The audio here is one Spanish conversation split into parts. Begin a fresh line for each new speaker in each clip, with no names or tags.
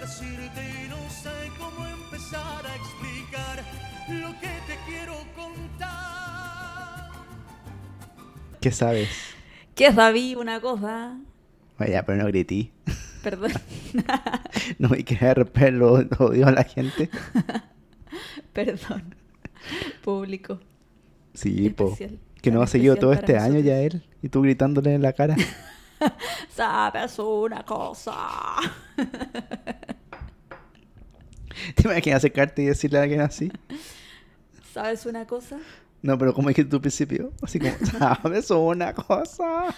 mirarte y no sé cómo empezar a explicar lo que te quiero contar.
¿Qué sabes?
¿Qué sabí una cosa?
Vaya, pero no grití.
Perdón.
No me quería romper los odio a la gente.
Perdón. Público.
Sí, po.
Especial.
Que no
Tan
ha seguido
especial
todo
para
este año
nosotros.
ya él. Y tú gritándole en la cara.
Sabes una cosa.
¿Te imaginas acercarte y decirle a alguien así?
¿Sabes una cosa?
No, pero como dijiste tú al principio. Así como, ¿sabes una cosa?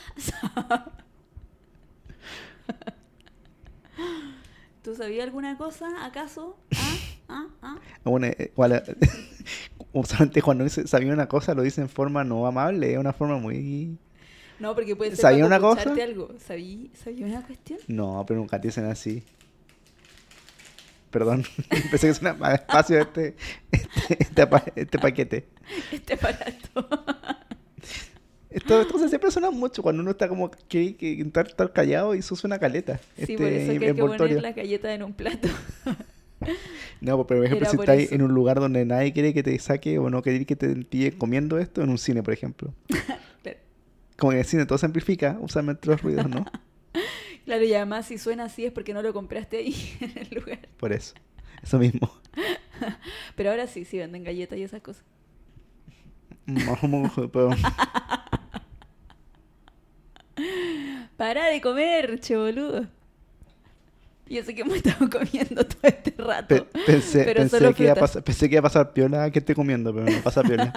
¿Tú sabías alguna cosa, acaso? ¿Ah? ¿Ah? ¿Ah?
Bueno, eh, igual, eh, usualmente cuando dice sabía una cosa lo dice en forma no amable, es una forma muy...
No, porque puede ser
¿Sabía
para
una cosa?
escucharte algo. ¿Sabí, ¿Sabía una cuestión?
No, pero nunca te dicen así. Perdón, pensé que es un espacio este, este, este pa- este paquete.
Este aparato.
Esto, esto se- siempre suena mucho cuando uno está como que, que estar, estar callado y eso suena caleta.
sí,
este
por eso es que hay que
envoltorio.
poner la galleta en un plato.
No, pues, pero por ejemplo,
Era
si
por
estás
eso.
en un lugar donde nadie quiere que te saque o no quiere que te pille comiendo esto, en un cine, por ejemplo.
Claro.
Como en el cine todo se amplifica, usualmente los ruidos, ¿no?
Claro, y además si suena así es porque no lo compraste ahí en el lugar.
Por eso. Eso mismo.
Pero ahora sí, sí venden galletas y esas cosas.
Vamos, pero-
Para de comer, che boludo. Yo sé que hemos estado comiendo todo este rato.
pe- pensé,
Pero
pensé
solo
que iba a
frutas.
pasar, pensé que iba a pasar piola que esté comiendo, pero no pasa piola.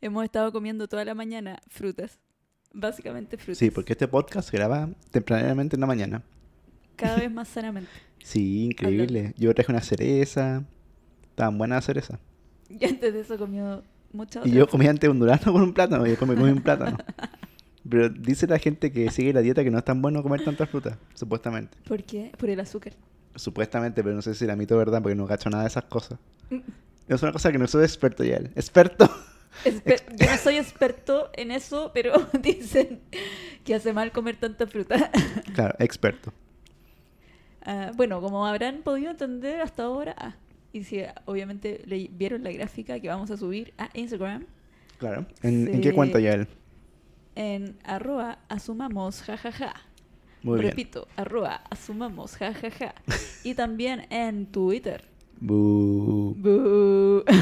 Hemos estado comiendo toda la mañana frutas. Básicamente frutas.
Sí, porque este podcast se graba tempranamente en la mañana.
Cada vez más sanamente.
Sí, increíble. Yo traje una cereza. Tan buena la cereza.
Yo antes de eso comió mucha
Y
otra
yo comí antes un durazno con un plátano. Yo comí, comí un plátano. Pero dice la gente que sigue la dieta que no es tan bueno comer tantas frutas, supuestamente.
¿Por qué? Por el azúcar.
Supuestamente, pero no sé si la mito o verdad porque no cacho nada de esas cosas. Es una cosa que no soy experto ya. Experto.
Espe- yo no soy experto en eso, pero dicen que hace mal comer tanta fruta.
Claro, experto.
Ah, bueno, como habrán podido entender hasta ahora, ah, y si ah, obviamente le vieron la gráfica que vamos a subir a Instagram
Claro. ¿En, en qué
Sí.
cuenta ya él?
en arroba asumamos jajaja.
Muy bien.
Repito, arroba asumamos jajaja. Y también en Twitter.
Bu.
Bú.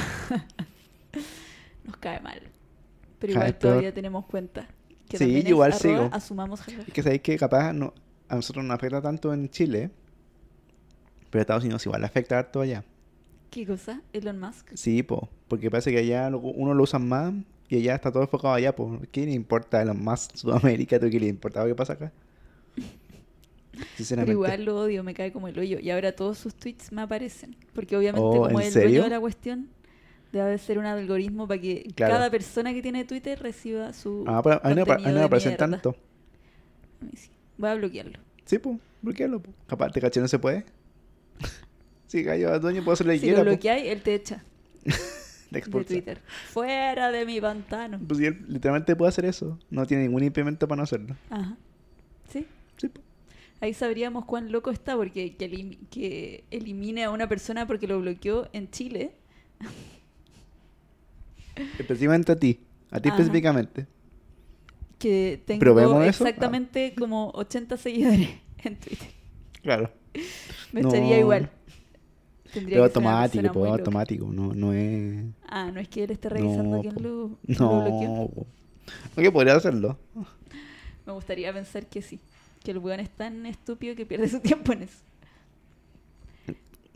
Nos cae mal. Pero
Cae
igual
peor.
todavía tenemos cuenta. Que
Sí,
también es
igual
arroba
sigo.
Asumamos jajaja.
Es que sabéis que capaz no, a nosotros no afecta tanto en Chile, pero a Estados Unidos igual le afecta harto allá.
¿Qué cosa? Elon Musk.
Sí, po, porque parece que allá lo- uno lo usa más y allá está todo enfocado allá, po. ¿Qué le importa a los más Sudamérica? ¿Tú qué le importaba qué pasa acá?
Pero
Sinceramente.
igual lo odio, me cae como el hoyo. Y ahora todos sus tweets me aparecen. Porque obviamente,
Oh,
como
¿en
es el dueño
serio?
de la cuestión, debe ser un algoritmo para que
Claro.
cada persona que tiene Twitter reciba su.
Ah, pero a mí no, me- a mí no
contenido
me
de
aparecen
mierda.
tanto.
A mí sí. Voy a bloquearlo.
Sí, po, bloquealo, po. Capaz, te caché, no se puede. Si gallo al dueño puedo hacerle
Si
quiera,
lo
po.
bloqueáis, él te echa
De
de
expulsar.
Twitter. Fuera de mi pantano.
Pues y él literalmente puede hacer eso. No tiene ningún impedimento para no hacerlo.
Ajá. ¿Sí?
Sí, po.
Ahí sabríamos cuán loco está porque que, elim- que elimine a una persona porque lo bloqueó en Chile.
Específicamente a ti. A ti
Ajá.
específicamente.
Que tengo
¿Probemos eso? Ah.
exactamente como 80 seguidores en Twitter.
Claro.
Me
No.
echaría igual. Tendría
Pero
que ser una
automático,
persona
pues,
muy loca.
automático. No, no es...
Ah, no es que él esté revisando
No,
quién
po.
lo, lo bloqueó.
No. po. Aunque podría hacerlo.
Me gustaría pensar que sí. Que el weón es tan estúpido que pierde su tiempo en eso.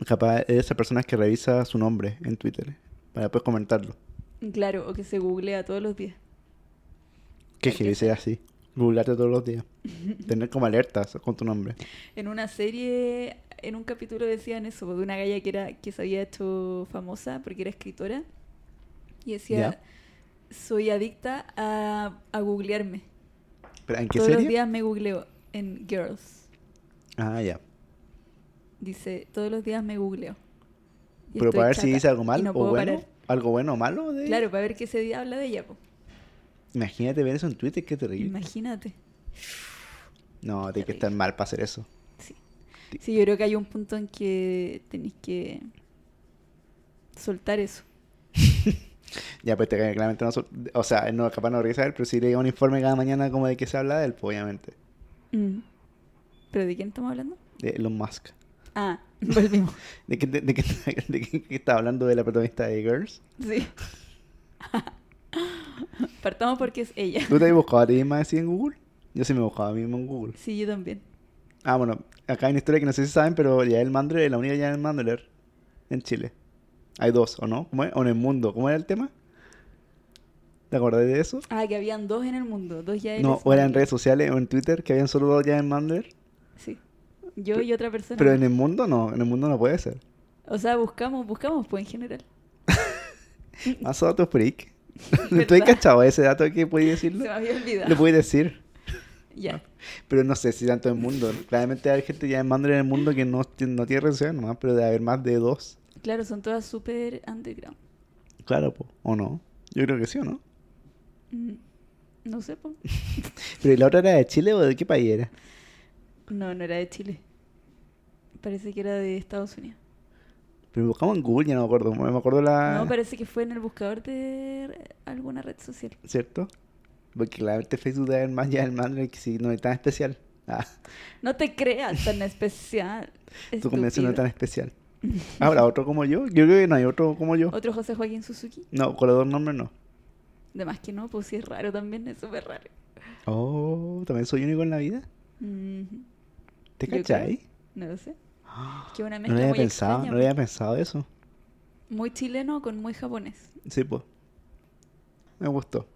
Capaz es esa persona que revisa su nombre en Twitter para después comentarlo.
Claro, o que se googlea todos los días.
Que
Hay que
heavy ser así. Googlearte todos los días. Tener como alertas con tu nombre.
En una serie, en un capítulo decían eso, pues, de una galla que, era, que se había hecho famosa porque era escritora. Y decía,
Ya.
soy adicta a, a googlearme.
Pero, ¿En qué
Todos los
serie?
días me googleo en Girls.
Ah, ya.
Dice, todos los días me googleo. Y
Pero
estoy
para ver si
chata
dice algo
y
mal
no
o
puedo
bueno.
parar".
Algo bueno o malo. De...
Claro, para ver qué ese día habla de ella. pues. po.
Imagínate ver eso en Twitter, qué terrible.
Imagínate.
No, hay que
Terrible.
estar mal para hacer eso.
Sí. Sí, yo creo que hay un punto en que tenéis que soltar eso.
Ya, pues te- claramente no... sol- O sea, no, capaz no regresa él, pero sí le llega un informe cada mañana como de qué se habla de él, pues, obviamente.
Mm. ¿Pero de quién estamos hablando?
De Elon Musk.
Ah, volvimos.
¿De qué, de, de qué- de qué- qué estaba hablando de la protagonista de Girls?
Sí. Partamos porque es ella.
¿Tú te has buscado a ti misma así en Google? Yo sí me buscaba a mí mismo en Google.
Sí, yo también.
Ah, bueno, acá hay una historia que no sé si saben, pero Yael Mandler es la única Yael Mandler en Chile. Hay dos, ¿o no? ¿Cómo es? ¿O en el mundo? ¿Cómo era el tema? ¿Te acordás de eso?
Ah, que habían dos en el mundo, dos ya
No, o era en redes sociales o en Twitter que habían solo dos Yael Mandler.
Sí. Yo y otra persona.
Pero en el mundo no, en el mundo no puede ser.
O sea, buscamos, buscamos, pues en general.
Más datos Ah, freak. Estoy
¿Verdad?
cachado ese dato que podía
Se
decirlo.
me había olvidado.
Lo puedes decir.
Ya.
Pero no sé si tanto en el mundo. Claramente hay gente ya en Mandler en el mundo que no, ti- no tiene redes sociales nomás, pero debe haber más de dos.
Claro, son todas súper underground.
Claro, po. ¿o no? Yo creo que sí, ¿o no?
Mm, No sé, po.
¿Pero ¿y la otra era de Chile o de qué país era?
No, no era de Chile. Parece que era de Estados Unidos.
Pero buscamos en Google, ya no me acuerdo. Me me acuerdo la...
No, parece que fue en el buscador de re- alguna red social.
¿Cierto? Porque claramente Facebook debe haber más ya el Mandler que si no es tan especial. Ah,
No te creas tan especial.
tu convención no es
Estúpido.
tan especial. Ahora, otro como yo. Yo creo que no hay otro como yo.
Otro José Joaquín Suzuki.
No, con los dos nombres no.
De más que no, pues sí es raro también, es súper raro.
Oh, también soy único en la vida.
Ujú.
¿Te
Yo creo.
cachai? Ah,
No lo sé. Es que una
No lo
mezcla
había
muy
pensado,
extraña,
no había pensado eso.
Muy chileno con muy japonés.
Sí, pues. Me gustó.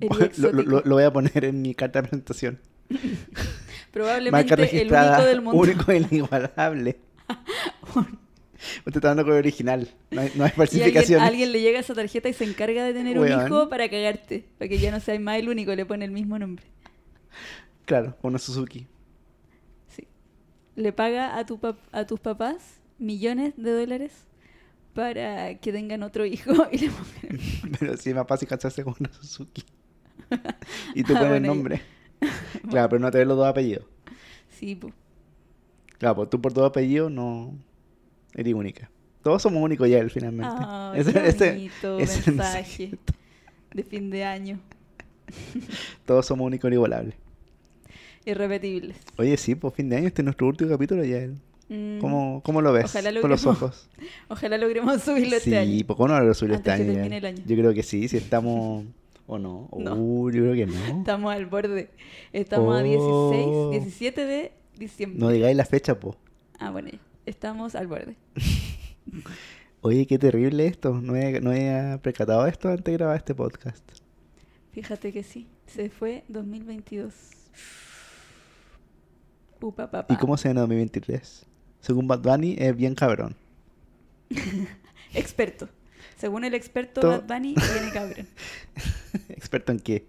Eres
Lo, lo-
exótico.
lo- lo voy a poner en mi carta de presentación. Marca
Probablemente el
registrada.
único del mundo.
único e inigualable. Usted está hablando con el original. No hay, no hay
Y alguien,
falsificaciones.
alguien le llega esa tarjeta y se encarga de tener un
Weón.
hijo para cagarte. Para que ya no seas más el único, le pone el mismo nombre.
Claro, una Suzuki.
Sí. Le paga a, tu pap- a tus papás millones de dólares para que tengan otro hijo y le pongan el-
Pero sí es más fácil casarse con una Suzuki. Y tú
Ah,
pones el
bueno, ya.
nombre. Claro, pero no te ves los dos apellidos.
Sí, po.
Claro, pues tú por dos apellidos no eres única. Todos somos únicos ya, él, finalmente.
Ah,
Ese-
qué
ese-
bonito
ese es el mensaje.
mensaje de fin de año.
Todos somos únicos e inigualables.
Irrepetibles.
Oye, sí, por fin de año, este es nuestro último capítulo ya. él.
Mm,
¿Cómo, ¿Cómo lo ves?
Ojalá
con los
logremos
ojos.
Ojalá logremos subirlo
sí,
este año.
pues ¿cómo no lo subirlo este
Antes que
año? ya?
termine el año.
Yo creo que sí, si estamos. ¿O no?
No.
Uh, yo creo que no.
Estamos al borde. Estamos a 16,
Oh.
17 de diciembre.
No digáis la fecha, pues. po.
Ah, bueno, ya. Estamos al borde.
Oye, qué terrible esto. No he, no he percatado esto antes de grabar este podcast.
Fíjate que sí. Se fue 2022. Upa, papá.
¿Y cómo se viene 2023? Según Bad Bunny, es bien cabrón.
Experto. Según el experto
To-
Bad Bunny, viene cabrón.
¿Experto en qué?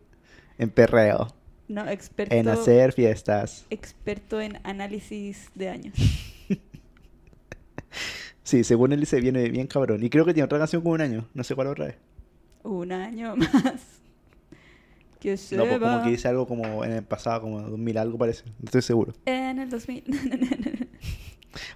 En perreo.
No, experto.
En hacer fiestas.
Experto en análisis de años.
Sí, según él dice, viene bien cabrón. Y creo que tiene otra canción con un año. No sé cuál otra es.
Un año más. Que se
No, pues como
va
que dice algo como en el pasado, como 2000 algo parece. No estoy seguro.
en el 2000.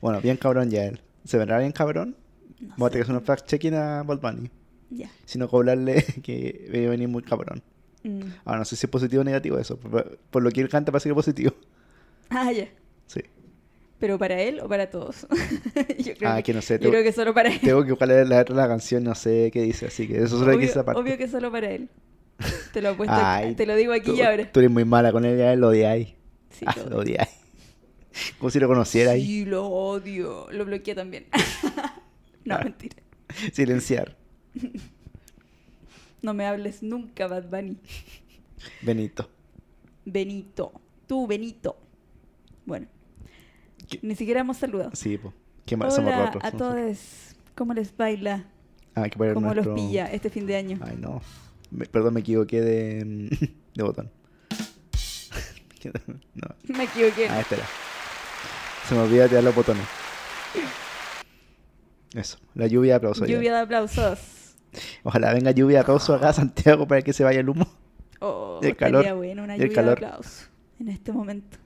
Bueno, bien cabrón ya él. ¿Se vendrá bien cabrón?
No
Voy a tener
sé.
que hacer un fact-checking a Bad Bunny.
Ya.
Si no, cobrarle que va a venir muy cabrón.
Mm.
Ahora, no sé si es positivo o negativo eso. Por, por lo que él canta, parece que es positivo.
Ah, ya.
Sí.
¿Pero para él o para todos? yo creo
Ah,
que,
que no sé.
yo creo
Tengo,
que solo para él.
tengo que buscar la letra de la canción, no sé qué dice. Así que eso es lo que
obvio,
es la parte.
obvio que solo para él. Te lo apuesto,
Ay,
te lo digo aquí
tú,
y ahora.
tú eres muy mala con él, ya él lo odiáis.
Sí,
Ah,
lo
lo
odio.
odiáis. Como si lo conociera ahí.
Sí, lo odio. Lo bloqueé también. no,
Ah.
mentira.
Silenciar.
No me hables nunca, Bad Bunny.
Benito.
Benito. Tú, Benito. Bueno.
¿Qué?
Ni siquiera hemos saludado.
Sí, po. Qué mal somos
Hola
rotos.
a todos. ¿Cómo les baila?
Ah, que poner
¿Cómo
nuestro...
los pilla este fin de año?
Ay, no. Me- perdón, me equivoqué de, mm, de botón. no.
Me equivoqué.
Ah, espera. Se me olvida tirar los botones. Eso. La lluvia de aplauso. ya.
Lluvia de aplausos.
Ojalá venga lluvia de aplauso acá a Santiago para que se vaya el humo.
Oh,
Y el
estaría
calor.
bueno una
Y el
lluvia
calor.
de aplausos en este momento.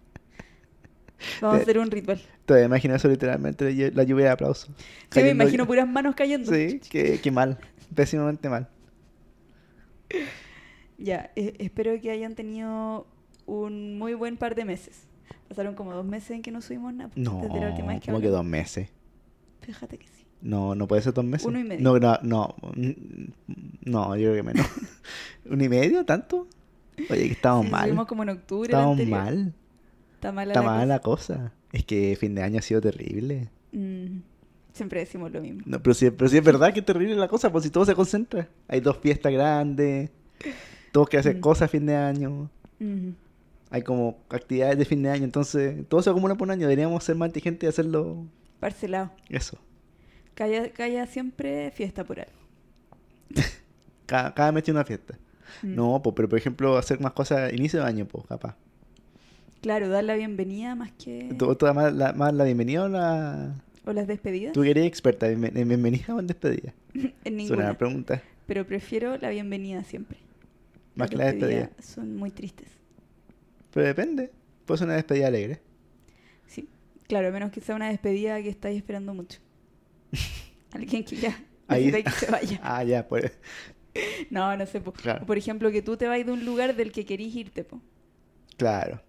Vamos
Eh,
a hacer un ritual.
Te voy a imaginar eso literalmente, la llu- la lluvia de aplausos.
Sí, me
Cayendo-
imagino puras manos cayendo.
Sí, qué, qué mal. Pésimamente mal.
Ya, e- espero que hayan tenido un muy buen par de meses. Pasaron como dos meses en que no subimos nada. pues,
No,
desde la última vez que
como que dos
hablamos.
meses.
Fíjate que sí.
No, no puede ser dos meses.
Uno y medio.
No, no, no. Mm, No, yo creo que menos. ¿Un y medio? ¿Tanto? Oye, que estamos
Sí,
mal.
Subimos como en octubre. el
Estamos
anterior.
mal.
Está mala
Está
la
mal
cosa.
la cosa. Es que fin de año ha sido terrible.
Mm, siempre decimos lo mismo.
No, pero, si, pero si es verdad que es terrible la cosa, pues si todo se concentra. Hay dos fiestas grandes, todos que hacen
Mm.
cosas a fin de año,
Mm.
hay como actividades de fin de año, entonces todo se acumula por un año. Deberíamos ser más inteligentes y hacerlo
Parcelado.
eso.
Que haya, que haya siempre fiesta por algo.
Cada, cada mes tiene una fiesta.
Mm.
No, pues, pero por ejemplo, hacer más cosas a inicio de año, pues capaz.
Claro, dar la bienvenida más que.
¿Tú, tú da más, la, más la bienvenida o la.?
O las despedidas.
¿Tú querías experta en bienven- en bienvenida o en despedida?
En
Es una
ninguna.
pregunta.
Pero prefiero la bienvenida siempre.
Más que la
Las
despedida.
despedidas Son muy tristes.
Pero depende. Puede ser una despedida alegre.
Sí, claro, a menos que sea una despedida que estáis esperando mucho. Alguien que ya
Ahí-
necesita que se vaya.
Ah, ya, pues.
No, no sé. po.
Claro.
O Por ejemplo, que tú te vayas de un lugar del que querís irte. Po.
Claro.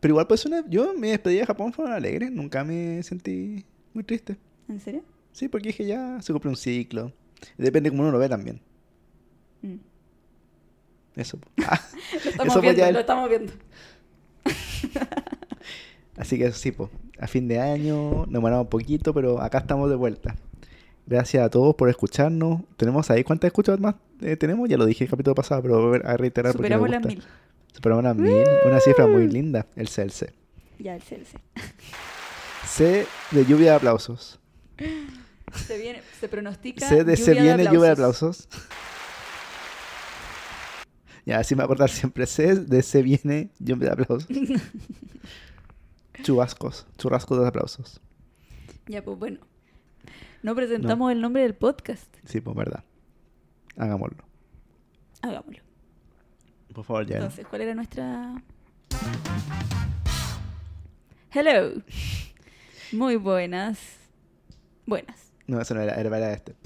Pero igual pues una... Yo mi despedida de Japón fue alegre. Nunca me sentí muy triste.
¿En serio?
Sí, porque dije ya se cumple un ciclo. Depende cómo uno lo ve también.
Mm.
Eso. po. Ah,
Lo estamos
Eso fue ya
viendo,
el-
lo estamos viendo.
Así que eso sí, po. A fin de año, demoramos un poquito, pero acá estamos de vuelta. Gracias a todos por escucharnos. Tenemos ahí cuántas escuchas más eh, tenemos, ya lo dije el capítulo pasado, pero voy a ver- a reiterar porque me
Superamos las
gusta.
mil.
Superamos las mil. Una cifra muy linda, el CLC.
Ya, el CLC.
C de lluvia de aplausos.
Se, viene, se pronostica.
Se, de, se
lluvia
viene lluvia de aplausos. Ya, así me voy a acordar siempre. Se de se viene lluvia de aplausos. Chubascos. Churrascos de aplausos.
Ya, pues bueno. No presentamos el nombre del podcast.
Sí, pues verdad. Hagámoslo.
Hagámoslo.
Por favor, ya.
Entonces, ¿cuál era nuestra...? Hello. Muy buenas. Buenas.
No, eso no era, era para este.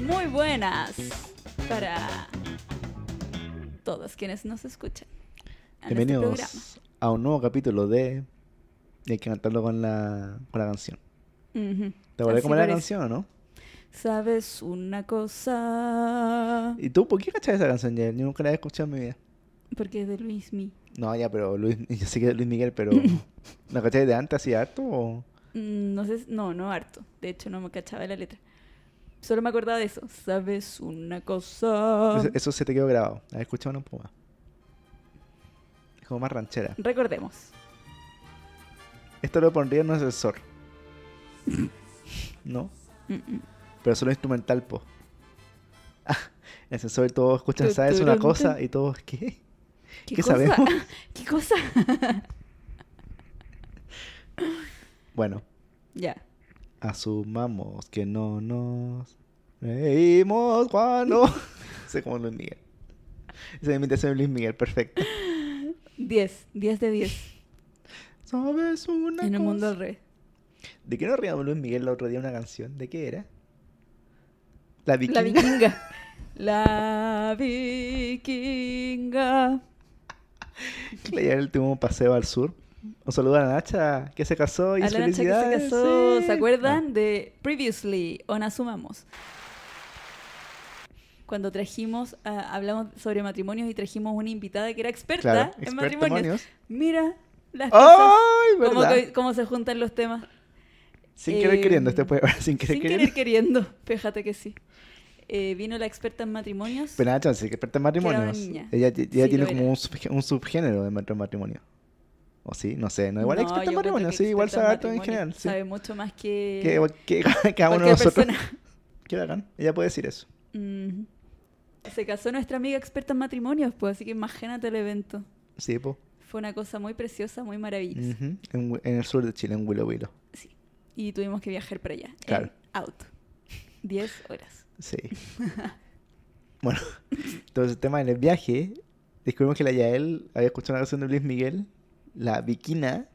Muy buenas para todos quienes nos escuchan. en este
Bienvenidos
programa.
a un nuevo capítulo de. Y hay que cantarlo con la, con la canción.
Ujú.
¿Te acordás
Así
cómo era la
parece.
canción, no?
Sabes una cosa.
¿Y tú por qué cachas esa canción, Yael? Yo nunca la he escuchado en mi vida.
Porque es de Luis Mi.
No, ya, pero Luis, yo sé que es Luis Miguel, pero ¿la cachai de antes así harto o
Mm, No sé, si- no, no harto. De hecho, no me cachaba la letra. Solo me acordaba de eso. Sabes una cosa.
eso, eso se te quedó grabado? ¿La escuchado un poco más? Es como más ranchera.
Recordemos.
Esto lo pondría en un ascensor. ¿No?
Mm, mm.
Pero solo instrumental, po. Ah, el ascensor todos escuchan,
Tu,
¿sabes? Una
turun,
cosa
tun.
y todos, ¿qué?
¿Qué,
¿Qué
cosa?
sabemos?
¿Qué cosa?
Bueno,
ya.
asumamos que no nos reímos cuando... sé como Luis Miguel. Esa imitación de Luis Miguel, perfecto.
10. 10 de 10.
¿Sabes una
En un mundo al
cosa?
revés.
¿De qué nos reíamos Luis Miguel el otro día una canción? ¿De qué era? La vikinga.
La vikinga. La vikinga.
Le llevé el último paseo al sur. Un saludo a la Nacha que se casó y
A la Nacha que se
felicidades.
casó,
sí.
¿se acuerdan? De Previously, on Asumamos. Cuando trajimos, ah, hablamos sobre matrimonios y trajimos una invitada que era
Ah,
experta
claro,
en
experto
matrimonios.
monios.
Mira las cosas,
¡Ay,
cómo,
verdad!
co- cómo se juntan los temas.
Sin querer
eh,
queriendo, este puede sin querer
Sin
queriendo.
querer queriendo, fíjate que sí. Eh, vino la experta en matrimonios.
Pero Nacha, sí, que experta en matrimonios.
niña.
Ella, ella
Sí,
tiene
lo
como
era.
un, subgé- un subgénero de matri- matrimonio. ¿O sí? No sé. No, igual
No,
experta
yo
en
encuentro
matrimonios,
que
sí, igual
experta
sabe
en
todo en general.
matrimonios
Sí.
Sabe mucho más que,
Que, que, que cada uno de nosotros.
cualquier persona.
Qué bacán. Ella puede decir eso.
Mm. Se casó nuestra amiga experta en matrimonios, pues, así que imagínate el evento.
Sí, po.
Fue una cosa muy preciosa, muy maravillosa.
Ujú. en, Wi- en el sur de Chile, en Willow Willow.
Sí. Y tuvimos que viajar para allá.
Claro.
En auto. 10 horas.
Sí. bueno, entonces el tema en el viaje, descubrimos que la Yael había escuchado una canción de Luis Miguel la Vikina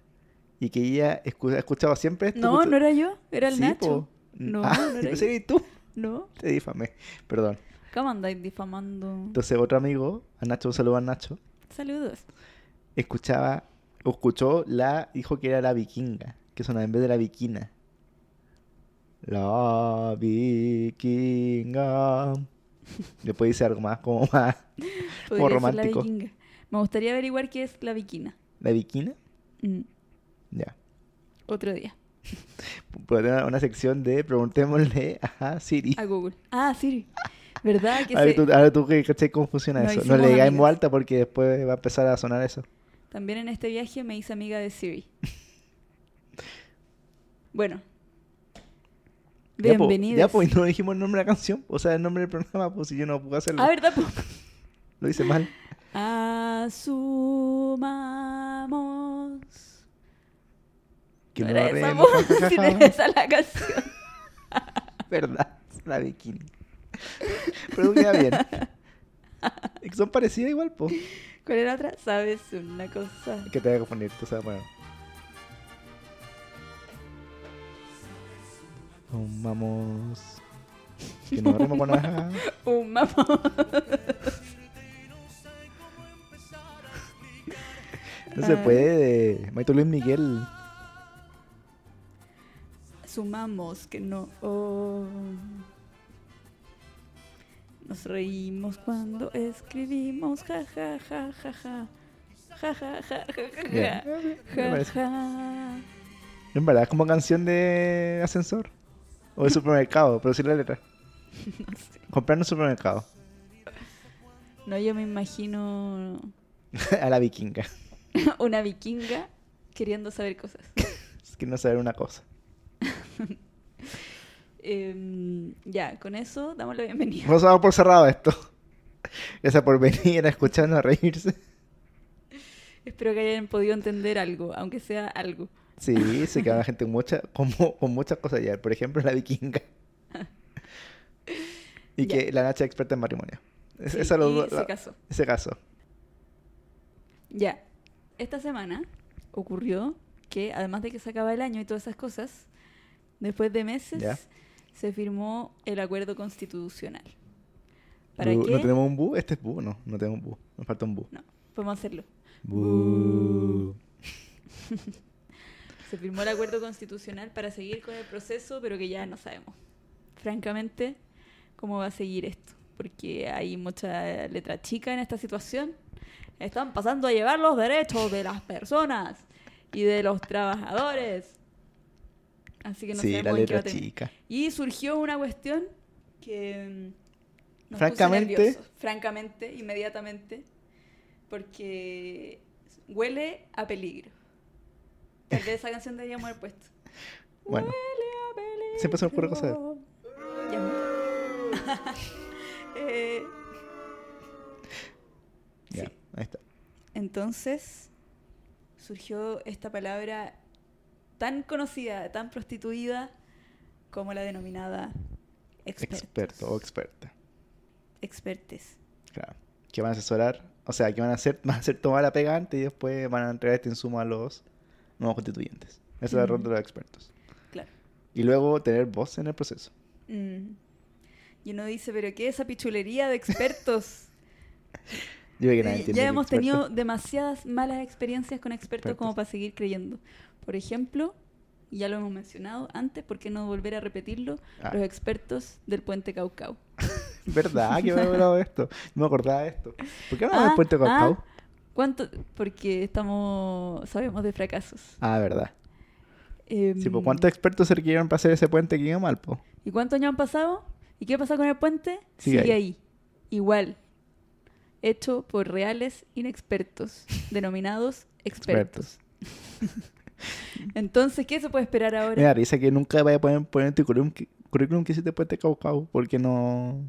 y que ella escu- escuchaba siempre esto.
No,
escucha-
no era yo, era el
Sí,
Nacho.
po.
No,
Ah,
no era
yo
yo.
pensé que eras tú.
No,
Te difamé. Perdón.
¿cómo andáis difamando?
Entonces otro amigo, a Nacho, un saludo a Nacho,
Saludos.
escuchaba, o escuchó la, dijo que era la vikinga, que sonaba en vez de la vikina. La vikinga. Después dice algo más, como más.
Podría ser
romántico.
la vikinga. Me gustaría averiguar qué es la vikina.
¿La vikina?
Mm,
Ya.
Otro día.
Por tener una sección de preguntémosle a Siri.
A Google. Ah, Siri. ¿Verdad? Que
Ahora
se-
tú, ahora tú que cachai cómo funciona
Nos
eso. No
hicimos
le digas en
amigas.
voz alta porque después va a empezar a sonar eso.
También en este viaje me hice amiga de Siri. Bueno.
Ya, po,
Bienvenidos.
Ya, pues no dijimos el nombre de la canción. O sea, el nombre del programa, pues si yo no puedo hacerlo.
Ah, ¿verdad? po?
Lo hice mal.
Asumamos.
Que
no
me
era esa,
barren,
po,
ja, ja,
si no
ja.
era esa la canción.
Verdad, es la bikini. Pero queda bien. Es que Son parecidas igual, po.
¿Cuál era otra? Sabes una cosa.
Que te voy a confundir, tú sabes, bueno. Vamos. Que nos barremos con la...
Un mamón.
No se
Ah.
puede. Maito Luis Miguel.
Sumamos que no. oh. Nos reímos cuando escribimos. Ja, ja, ja, ja, ja. Ja, ja, ja, ja, ja,
Bien.
ja.
Me
Ja,
parece.
ja.
En verdad, es como canción de ascensor. O de supermercado, pero sí la letra.
No sé.
Comprar en un supermercado.
No, yo me imagino
a la vikinga.
una vikinga queriendo saber cosas.
Es que no saber una cosa.
Em, ya, con eso damos la bienvenida.
Vamos a dar por cerrado esto. Gracias por venir a escucharnos a reírse.
Espero que hayan podido entender algo, aunque sea algo.
Sí, se queda la gente mucha, como, con muchas cosas ya. Por ejemplo, la vikinga. Y
Ya.
que la Nacha es experta en matrimonio. Es,
Sí,
esa lo- la-
y se casó.
ese caso.
Ya, esta semana ocurrió que además de que se acaba el año y todas esas cosas, después de meses
Ya.
se firmó el acuerdo constitucional. ¿Para
Bu-
qué?
¿No tenemos un bu? Este es bu, no. No tenemos un bu. Nos falta un bu.
No, podemos hacerlo.
Bu.
Se firmó el acuerdo constitucional para seguir con el proceso, pero que ya no sabemos, francamente, cómo va a seguir esto. Porque hay mucha letra chica en esta situación. Están pasando a llevar los derechos de las personas y de los trabajadores. Así que no
sí,
sabemos
la
en qué
letra
va a terminar.
chica.
Y surgió una cuestión que mm, nos
Francamente.
puso nerviosos, francamente, inmediatamente, porque huele a peligro. Tal vez esa canción deberíamos haber puesto.
Bueno.
Huele a peligro.
Siempre se me ocurre cosas.
Ya me- Eh,
Ya,
Sí.
ahí está.
entonces surgió esta palabra tan conocida, tan prostituida como la denominada expertos.
Experto o experta.
expertes.
Claro. Que van a asesorar. O sea, que van a hacer, van a hacer tomar la pega antes y después van a entregar este insumo a los nuevos constituyentes. Esa es la
Ujú.
ronda de los expertos.
Mm. Claro.
Y luego tener voz en el proceso.
Mm. Y uno dice, pero ¿qué es esa pichulería de expertos?
Yo creo que nadie
ya
entiende
ya
que
hemos
experto-
tenido demasiadas malas experiencias con expertos,
Expertos.
como para seguir creyendo. Por ejemplo, y ya lo hemos mencionado antes, ¿por qué no volver a repetirlo?
Ah.
Los expertos del puente Caucao.
¿Verdad? Que me he hablado de esto. No me acordaba de esto. ¿Por qué no me
Ah,
puente con
ah,
Pau?
¿Cuánto? Porque estamos, sabemos de fracasos.
Ah, verdad. Sí, pues
Em,
¿cuántos expertos se requirieron para hacer ese puente que iba mal, po?
¿Y cuántos años han pasado? ¿Y qué pasa con el puente?
Sigue
Sigue,
ahí.
ahí. Igual. Hecho por reales inexpertos, denominados expertos. Entonces, ¿qué se puede esperar ahora?
Me da risa que nunca vaya a poner, poner en tu currículum que, currículum que hiciste puente caucao, porque no...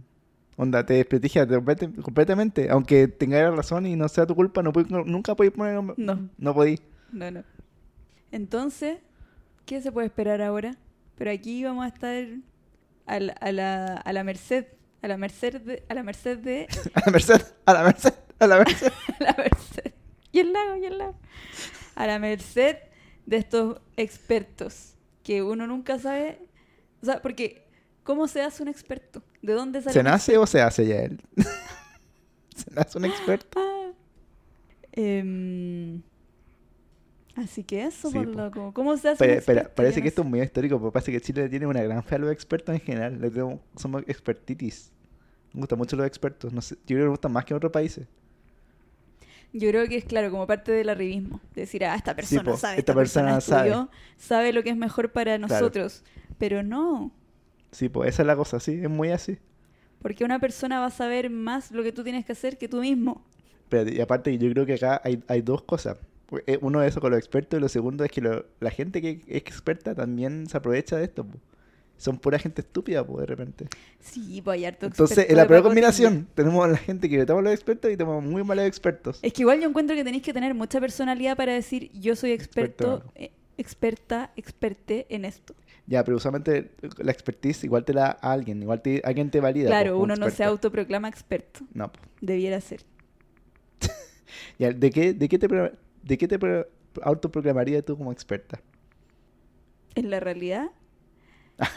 Onda, te desprestigia complete- completamente. Aunque tengas razón y no sea tu culpa, no pude- no- nunca podí poner...
No.
No podí.
No, no. Entonces, ¿qué se puede esperar ahora? Pero aquí vamos a estar al- a, la, a la merced, a la merced de, a la merced de,
A la merced, a la merced, a la merced.
a la merced. Y el lago, y el lago. A la merced de estos expertos, que uno nunca sabe, o sea, porque ¿cómo se hace un experto? ¿De dónde sale?
¿Se
un
nace o se hace ya él? ¿Se nace un experto?
Em, así que eso,
Sí,
por
po.
loco. ¿Cómo se hace?
Pero,
un
pero
experto?
parece
Yo
que esto
no
es muy histórico, porque parece que Chile tiene una gran fe a los expertos en general. Le tenemos- somos expertitis. Me gustan mucho los expertos. No sé, yo creo que me gustan más que en otros países.
sé. Yo creo que es claro, como parte del arribismo. Decir, ah, esta persona
po,
sabe,
esta
esta persona,
persona sabe.
estudió, sabe lo que es mejor para
Claro.
nosotros. Pero no,
Sí, pues esa es la cosa, sí, es muy así.
porque una persona va a saber más lo que tú tienes que hacer que tú mismo.
Pero, y aparte, yo creo que acá hay, hay dos cosas. Eh, Uno es eso con los expertos y lo segundo es que lo- la gente que es experta también se aprovecha de esto. po. Son pura gente estúpida, pues, de repente.
Sí, pues hay harto
Entonces,
experto
en la
de
peor
Paco
combinación, tenemos a la gente que tenemos los expertos y tenemos muy malos expertos.
Es que igual yo encuentro que tenéis que tener mucha personalidad para decir yo soy experto,
Experto.
eh, experta, experte en esto.
Ya, pero usualmente la expertise igual te la da alguien, igual te, alguien te valida.
claro,
po, un
uno no se
experto.
autoproclama experto,
No, po.
debiera ser.
Ya, ¿de qué, de qué te, pro- de qué te pro- autoproclamarías tú como experta?
En la realidad,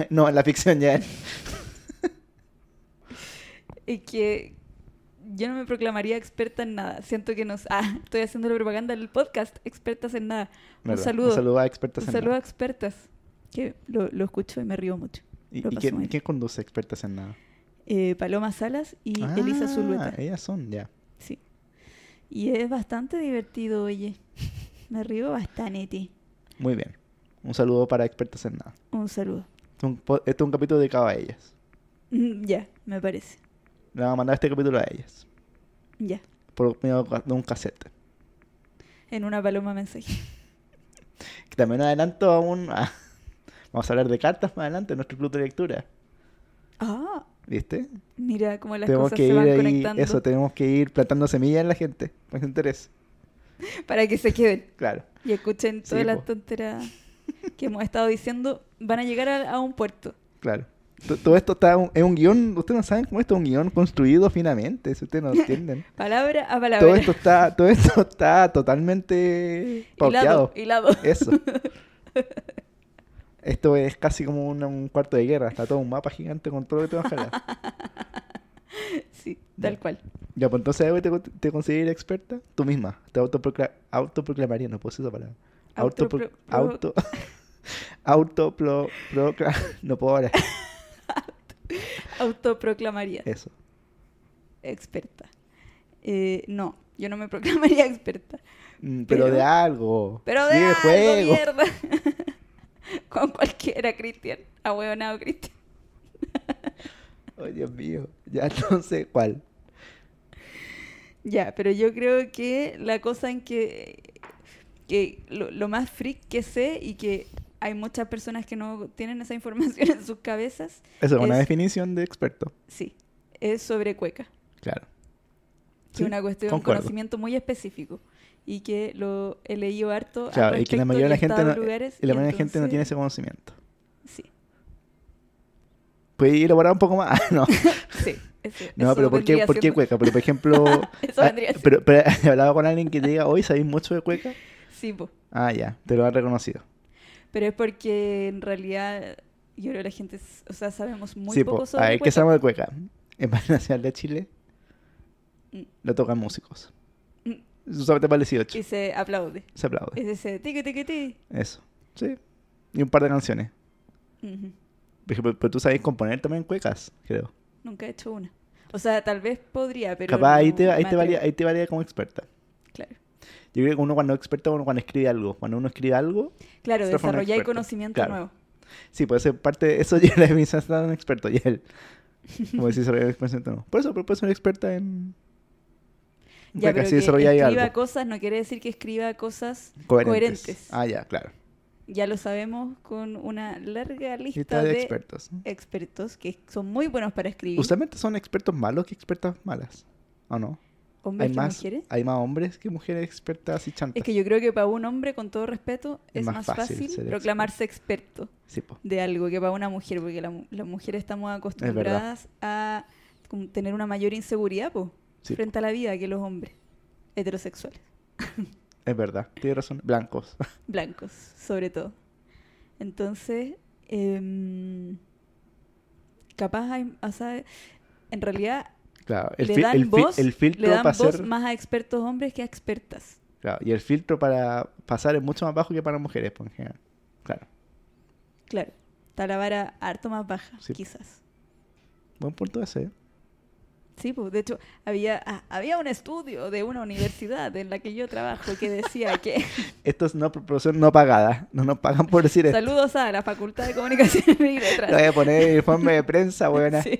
no, en la ficción ya.
es que yo no me proclamaría experta en nada. Siento que nos... Ah, estoy haciendo la propaganda del podcast, expertas en nada.
Verdad,
un saludo.
Un saludo a
Un
expertas en
saludo a
nada.
expertas, que lo, lo escucho y me río mucho.
¿Y,
lo
y
paso
quién,
muy bien.
quién conduce expertas en nada?
Eh, Paloma Salas y Elisa
Ah,
Zulueta.
Ellas son, ya.
Sí. Y es bastante divertido, oye. Me río bastante.
Muy bien. Un saludo para expertas en nada.
Un saludo.
Este es un, po- este es un capítulo dedicado a ellas.
Mm, Ya, me parece.
Le vamos a mandar este capítulo a ellas.
Ya.
Por medio de un cassette.
En una paloma mensaje.
Que también adelanto aún. a- vamos a hablar de cartas más adelante en nuestro club de lectura.
Ah,
¿Viste?
mira cómo las
tenemos
cosas
que
se
ir
van
ahí.
conectando.
Eso, tenemos que ir plantando semillas en la gente. Para que se interese.
Para que se queden
Claro.
y escuchen
Sí,
todas
po.
las tonteras que hemos estado diciendo. Van a llegar a, a un puerto.
Claro. T- Todo esto está un- es un guión, ustedes no saben cómo esto es un guión construido finamente, si ustedes no entienden.
Palabra a palabra.
todo esto está, todo esto está totalmente pauteado.
hilado, hilado.
Eso. Esto es casi como una- un cuarto de guerra, está todo un mapa gigante con todo lo que te vas a jalar.
Sí, tal
Eh, Ya.
cual.
Ya, pues entonces ahí te, con- te conseguir experta, tú misma, te autoprocla- autoproclamarías, no puedo decir esa palabra. Autopro- auto
Autopro-
autopro- procla- no puedo ahora.
Autoproclamaría.
Eso.
Experta. Eh, no, yo no me proclamaría experta.
Mm, Pero, de
Pero-
algo.
Pero de
Sí,
algo, mierda. Con cualquiera, Cristian. Ahueonado, Cristian.
Oh, Dios mío. Ya no sé cuál.
Ya, pero yo creo que la cosa en que, que lo, lo más freak que sé y que hay muchas personas que no tienen esa información en sus cabezas,
Eso es una
Es-
definición de experto.
sí, es sobre cueca.
Claro.
Que es una cuestión, un
concuerdo.
conocimiento muy específico y que lo he leído harto. al
Claro, y que la
respecto
mayoría de la gente,
estado
no,
en lugares,
y la mayoría de la gente no tiene
entonces-
ese conocimiento.
Sí,
Puede elaborar un poco más. Ah, no,
sí. ese-
no
eso
pero ¿por qué,
vendría
¿por qué
siendo-
cueca? Pero, por ejemplo.
Eso
ah,
vendría siendo-
pero, pero he hablado con alguien que te diga, hoy sabéis mucho de cueca.
Sí, po.
Ah, ya, te lo han reconocido.
Pero es porque en realidad yo creo que la gente, s- o sea, sabemos muy
sí,
poco
pues,
sobre
a ver, ¿qué
cueca.
sabemos de cueca? En Banda Nacional de Chile
Mm.
lo tocan músicos.
Mm.
Solamente para el 18.
Y se aplaude.
Se aplaude.
Es ese tiqui tiqui ti.
Eso. Sí. Y un par de canciones.
Ujú.
Por ejemplo, Pero, tú sabes componer también cuecas, creo.
Nunca he hecho una. O sea, tal vez podría, pero.
Capaz ahí
no
te, ahí,
me
te valía,
atrevo.
ahí te valía como experta.
Claro,
Yo creo que uno cuando es experto, uno cuando escribe algo. Cuando uno escribe algo,
claro
Esta fue una
desarrollar
experta.
conocimiento
Claro.
nuevo.
sí, puede ser parte de eso. Yo la definición está un experto, y él. Como si desarrollar conocimiento no. Por eso, pero puede ser experta en. en
Ya,
cueca,
pero
si
que
desarrolla ahí
escriba
algo.
cosas no quiere decir que escriba cosas
Coherentes.
coherentes.
Ah, ya, claro.
Ya lo sabemos con una larga lista,
Lista de
de
expertos.
expertos que son muy buenos para escribir.
Usualmente son expertos malos que expertas malas. ¿O no?
Hombres
Hay
que
más,
mujeres.
hay más hombres que mujeres expertas y chantas.
Es que yo creo que para un hombre, con todo respeto,
Es
es
más
más,
fácil
fácil,
ser
proclamarse experto
Sí, po.
de algo que para una mujer, porque la mu- las mujeres estamos acostumbradas a como tener una mayor inseguridad po,
Sí,
frente a la vida que los hombres heterosexuales.
Es verdad, tiene razón. Blancos.
blancos, sobre todo. Entonces, em, capaz hay, o sea, en realidad
Claro, el,
le
fi-
dan
el fi-
voz,
el filtro
le dan
para
voz
ser-
más a expertos hombres que a expertas.
claro, y el filtro para pasar es mucho más bajo que para mujeres, por en general. Claro,
Claro, está la vara harto más baja,
Sí.
quizás.
buen punto ese. ¿eh?
Sí, pues de hecho había, ah, había un estudio de una universidad en la que yo trabajo que decía que
Esto es una proporción no pagada. No nos pagan por decir esto.
saludos a la Facultad de Comunicación y Letras.
Lo voy a poner en el informe de prensa, buena.
Sí.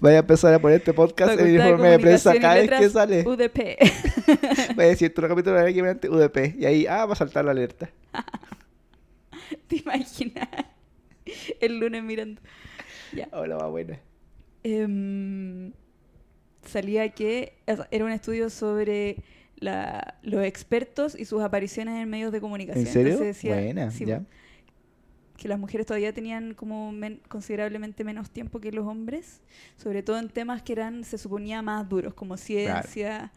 Voy a empezar a poner este podcast en el
Facultad
informe de prensa
Comunicación y
cada vez que
Letras,
sale.
UDP.
Voy a decir, otro capítulo de Equivalente UDP. Y ahí, ah, va a saltar la alerta.
¿Te imaginas? El lunes mirando. Ya.
Hola, Oh, va buena.
Em, salía que o sea, era un estudio sobre la- los expertos y sus apariciones en medios de comunicación.
¿En serio?
Entonces decía-
buena,
sí,
ya.
que las mujeres todavía tenían como men- considerablemente menos tiempo que los hombres, sobre todo en temas que eran, se suponía, más duros, como ciencia,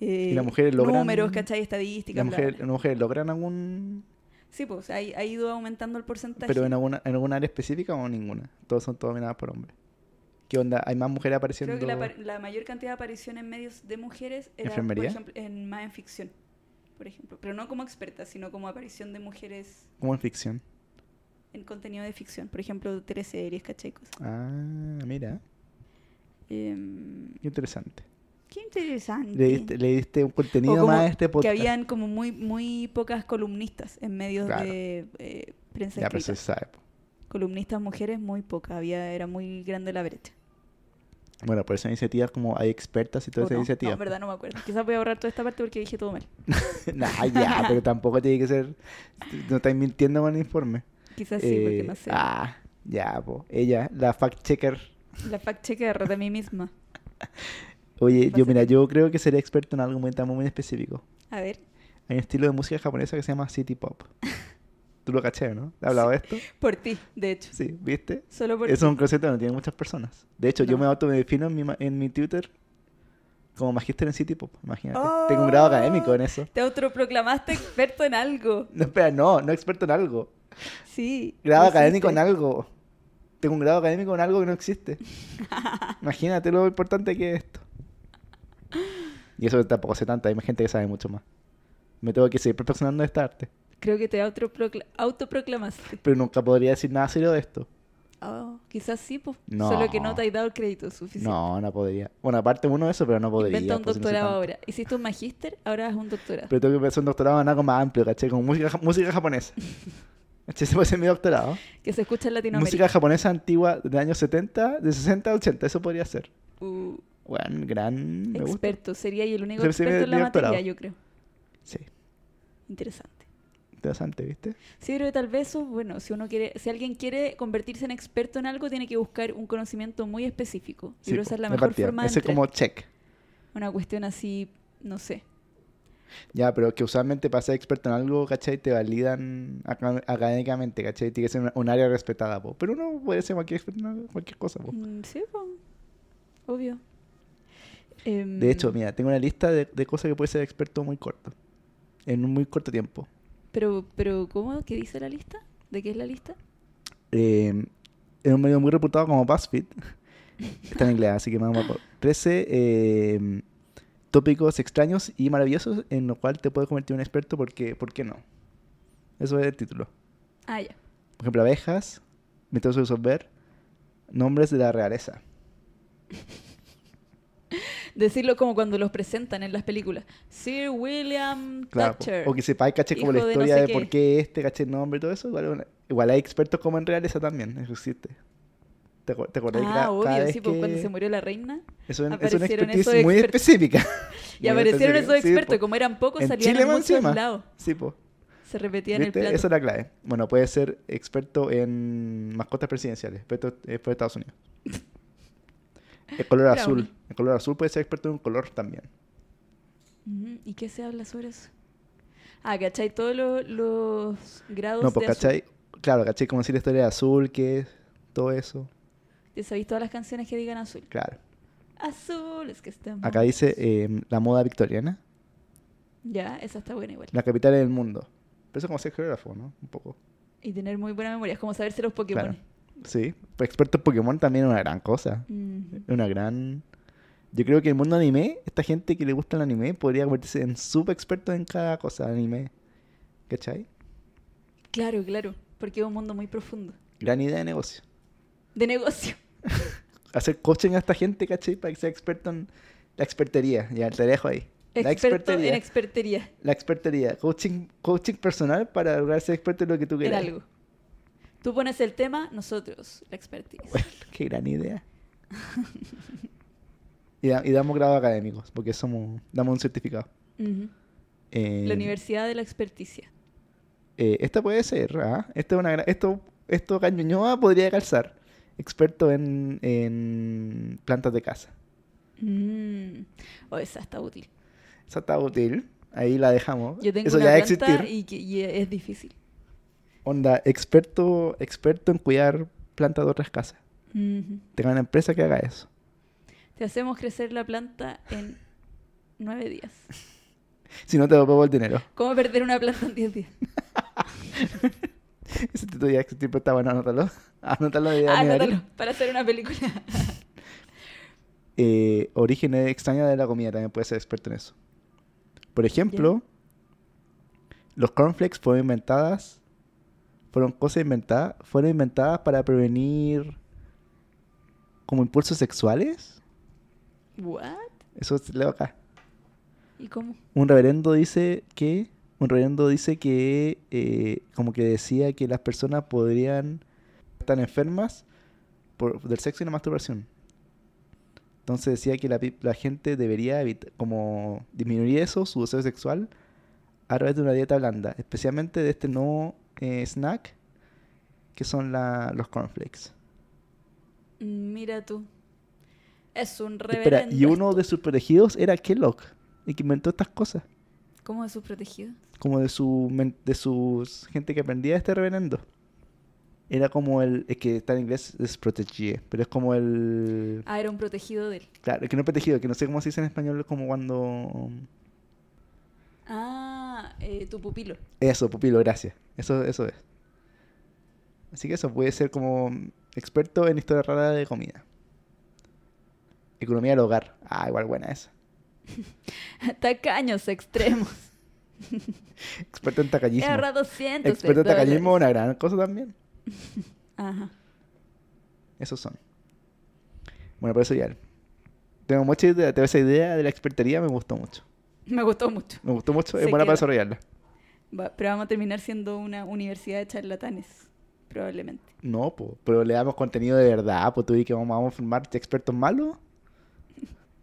eh,
las mujeres logran-
números, ¿cachai? Estadísticas.
Las
bla, bla,
mujeres
bla.
las mujeres logran algún.
Sí, pues ha, ha ido aumentando el porcentaje.
Pero en alguna, en alguna área específica o ninguna. Todos son dominadas por hombres. ¿Qué onda? ¿Hay más mujeres apareciendo?
Creo que la, par- la mayor cantidad de apariciones en medios de mujeres era,
¿Enfermería?
por ejemplo, en, más en ficción, por ejemplo. Pero no como expertas, sino como aparición de mujeres
Como en ficción.
en contenido de ficción. Por ejemplo, teleseries, ¿cachai? Cosas.
Ah, mira.
Em,
Qué interesante.
qué interesante.
Le diste, le diste un
O
contenido
como
más a este
Que
podcast.
habían como muy, muy pocas columnistas en medios
Claro.
de eh, prensa
Ya, pues pero se
escrita.
sabe. po.
Columnistas mujeres muy pocas, había, era muy grande la brecha.
Bueno, por eso iniciativas como hay expertas y
¿O
todas esas
no? No,
iniciativas.
en verdad no me acuerdo. Quizás voy a ahorrar toda esta parte porque dije todo mal.
Nah, ya, pero tampoco tiene que ser. No estáis mintiendo con el informe.
Quizás Pues sí, porque
Eh,
no sé.
Ah, ya, po. Ella, la fact checker.
La fact checker de mí misma.
Oye, yo,
Pasa.
mira, yo creo que seré experto en algo muy, tan muy específico.
A ver,
Hay un estilo de música japonesa que se llama City Pop. Tú lo caché, ¿no? ¿Has hablado de esto?
por ti, de hecho.
Sí, ¿viste?
Solo por
Eso es un concepto que no tienen muchas personas. De hecho, yo
No.
me autodefino en mi, ma- en mi Twitter como magíster en City Pop, imagínate.
Oh.
Tengo un grado académico en eso.
Te autoproclamaste experto en algo.
No, espera, no, no experto en algo.
Sí.
Grado
lo
académico en
hiciste.
algo. Tengo un grado académico en algo que no existe. Imagínate lo importante que es esto. Y eso tampoco sé tanto, hay gente que sabe mucho más. Me tengo que seguir perfeccionando esta arte.
Creo que te autoprocla- autoproclamaste.
Pero nunca podría decir nada serio de esto.
Oh, quizás sí, pues.
No.
Solo que no te has dado el crédito suficiente.
No, no podría. Bueno, aparte uno de eso, pero no podría.
Inventa un
pues, si no sé
doctorado
tanto.
ahora. Hiciste un magíster, ahora haz un doctorado.
Pero tengo que hacer un doctorado en algo más amplio, ¿cachai? Con música, ja- música japonesa. ¿Cachai? Ese puede ser mi doctorado.
que se escucha en Latinoamérica.
Música japonesa antigua de años 70, de 60 a 80, eso podría ser.
Uh,
Bueno, gran... Me gusta.
experto. Sería y el único
Se- se
experto
ve
en la
mi
materia,
doctorado.
yo creo.
Sí,
Interesante.
interesante, ¿viste?
Sí, pero tal vez, eso, bueno, si uno quiere, si alguien quiere convertirse en experto en algo, tiene que buscar un conocimiento muy específico. Yo
Sí,
creo que esa es la
de
mejor
partida.
forma de
Ese es
entrar.
como check.
una cuestión así, no sé.
Ya, pero que usualmente para ser experto en algo, ¿cachai? Te validan aca- académicamente, ¿cachai? Tiene que ser una- un área respetada, po. Pero uno puede ser cualquier experto en algo, cualquier cosa, po.
Mm, Sí, po. obvio. Em,
De hecho,
Mm.
mira, tengo una lista de, de cosas que puede ser experto muy corto. En un muy corto tiempo.
Pero, pero, ¿cómo? ¿Qué dice la lista? ¿De qué es la lista?
Eh, en un medio muy reputado como BuzzFeed. Está en inglés, así que me acuerdo. 13 eh, tópicos extraños y maravillosos en lo cual te puedes convertir en un experto porque, ¿por qué no? Eso es el título.
Ah, ya.
Por ejemplo, abejas, métodos de resolver, nombres de la realeza.
Decirlo como cuando los presentan en las películas. Sir William
Claro.
Thatcher.
O que sepáis, caché, como la
hijo de no
historia
sé
de, por qué este, caché, el nombre y todo eso. Igual, es una- igual hay expertos como en realeza también, eso existe. ¿Te, acu- te acordás? que
Ah,
cada- cada
obvio,
vez
sí, pues
que-
cuando se murió la reina.
Eso es- es una
aparecieron
expertise
esos
muy
expertos.
específica.
Y aparecieron esos expertos,
y
como eran pocos,
En
salían
Chile
en
más
muchos
encima.
lados.
Sí, po.
Se repetían el
¿Viste?
plato.
Esa es la clave. Bueno, puede ser experto en mascotas presidenciales, experto eh, por Estados Unidos. El color
Brownie.
azul. El color azul puede ser experto en un color también.
Ujú, ¿Y qué se habla sobre eso? Ah, ¿cachai? Todos los, los grados
No,
de
pues,
azul.
¿cachai? Claro, ¿cachai? Como decir la historia de azul, que es todo eso.
¿Te sabéis todas las canciones que digan azul?
Claro.
azules que estamos.
Acá dice eh, la moda victoriana,
Ya, esa está buena igual.
la capital del mundo. Pero eso es como ser geógrafo, ¿no? Un poco.
Y tener muy buena memoria, es como saberse los Pokémon.
Claro. Sí. Pues experto en Pokémon también es una gran cosa.
Mm.
Es una gran. Yo creo que el mundo anime, esta gente que le gusta el anime, podría convertirse en súper experto en cada cosa de anime. ¿Cachai?
Claro, claro, porque es un mundo muy profundo.
Gran idea de negocio.
De negocio.
Hacer coaching a esta gente, ¿cachai? Para que sea experto en la expertería. Ya te dejo ahí. La
Experto en
expertería.
expertería.
la expertería. Coaching, coaching personal para lograr ser experto en lo que tú
En
quieras.
algo. Tú pones el tema, nosotros, la expertise.
Bueno, qué gran idea. y, da- y damos grados académicos, porque somos, damos un certificado.
Ujú.
Eh,
La universidad de la experticia.
eh, esta puede ser, ah, esta es una gra- esto, esto Cañuñoa podría calzar. Experto en, en plantas de casa.
Mm. O esa está útil.
Esa está útil. Ahí la dejamos.
Yo tengo
Eso
una
ya va a
planta
existir.
y, que- y es difícil.
Onda, experto, experto en cuidar plantas de otras casas.
Ujú.
Tengo una empresa que haga eso.
Te hacemos crecer la planta en nueve días.
Si no te lo pago el dinero.
¿Cómo perder una planta en diez días?
Ese título ya existir, pero está bueno, anótalo. Anótalo de
Ah,
Daniel.
anótalo, para hacer una película.
Eh, orígenes extraños de la comida también puede ser experto en eso. Por ejemplo, los cornflakes fueron inventadas, fueron cosas inventadas, fueron inventadas para prevenir como impulsos sexuales.
¿What?
Eso es leo acá.
¿Y cómo?
Un reverendo dice que, un reverendo dice que, eh, como que decía que las personas podrían estar enfermas por, del sexo y la masturbación. Entonces decía que la, pi- la gente debería evit- como disminuir eso, su deseo sexual, a través de una dieta blanda, especialmente de este nuevo eh, snack que son la- los cornflakes.
Mira tú. Es un reverendo.
Espera, y uno
esto.
de sus protegidos era Kellogg, el que inventó estas cosas.
¿Cómo es su protegido?
como de su men- de sus gente que aprendía este reverendo. Era como el, es que está en inglés es protege, pero es como el
Ah, era un protegido de él.
claro, que no es protegido, que no sé cómo se dice en español como cuando
Ah, eh, tu pupilo.
eso, pupilo, gracias. Eso eso es. Así que eso puede ser como experto en historia rara de comida. Economía del hogar. Ah, igual buena esa.
Tacaños extremos.
Experto en
He
tacañismo.
ahorrado cientos
Experto en
de dólares.
tacañismo es una gran cosa también.
Ajá.
Esos son. Bueno, por eso ya. Tengo mucha idea, tengo esa idea de la expertería, me gustó mucho.
Me gustó mucho.
Me gustó mucho, es
Se
buena para
queda.
desarrollarla.
Va- pero vamos a terminar siendo una universidad de charlatanes, probablemente.
No, po, pero le damos contenido de verdad, pues tú di que vamos, vamos a formar expertos malos.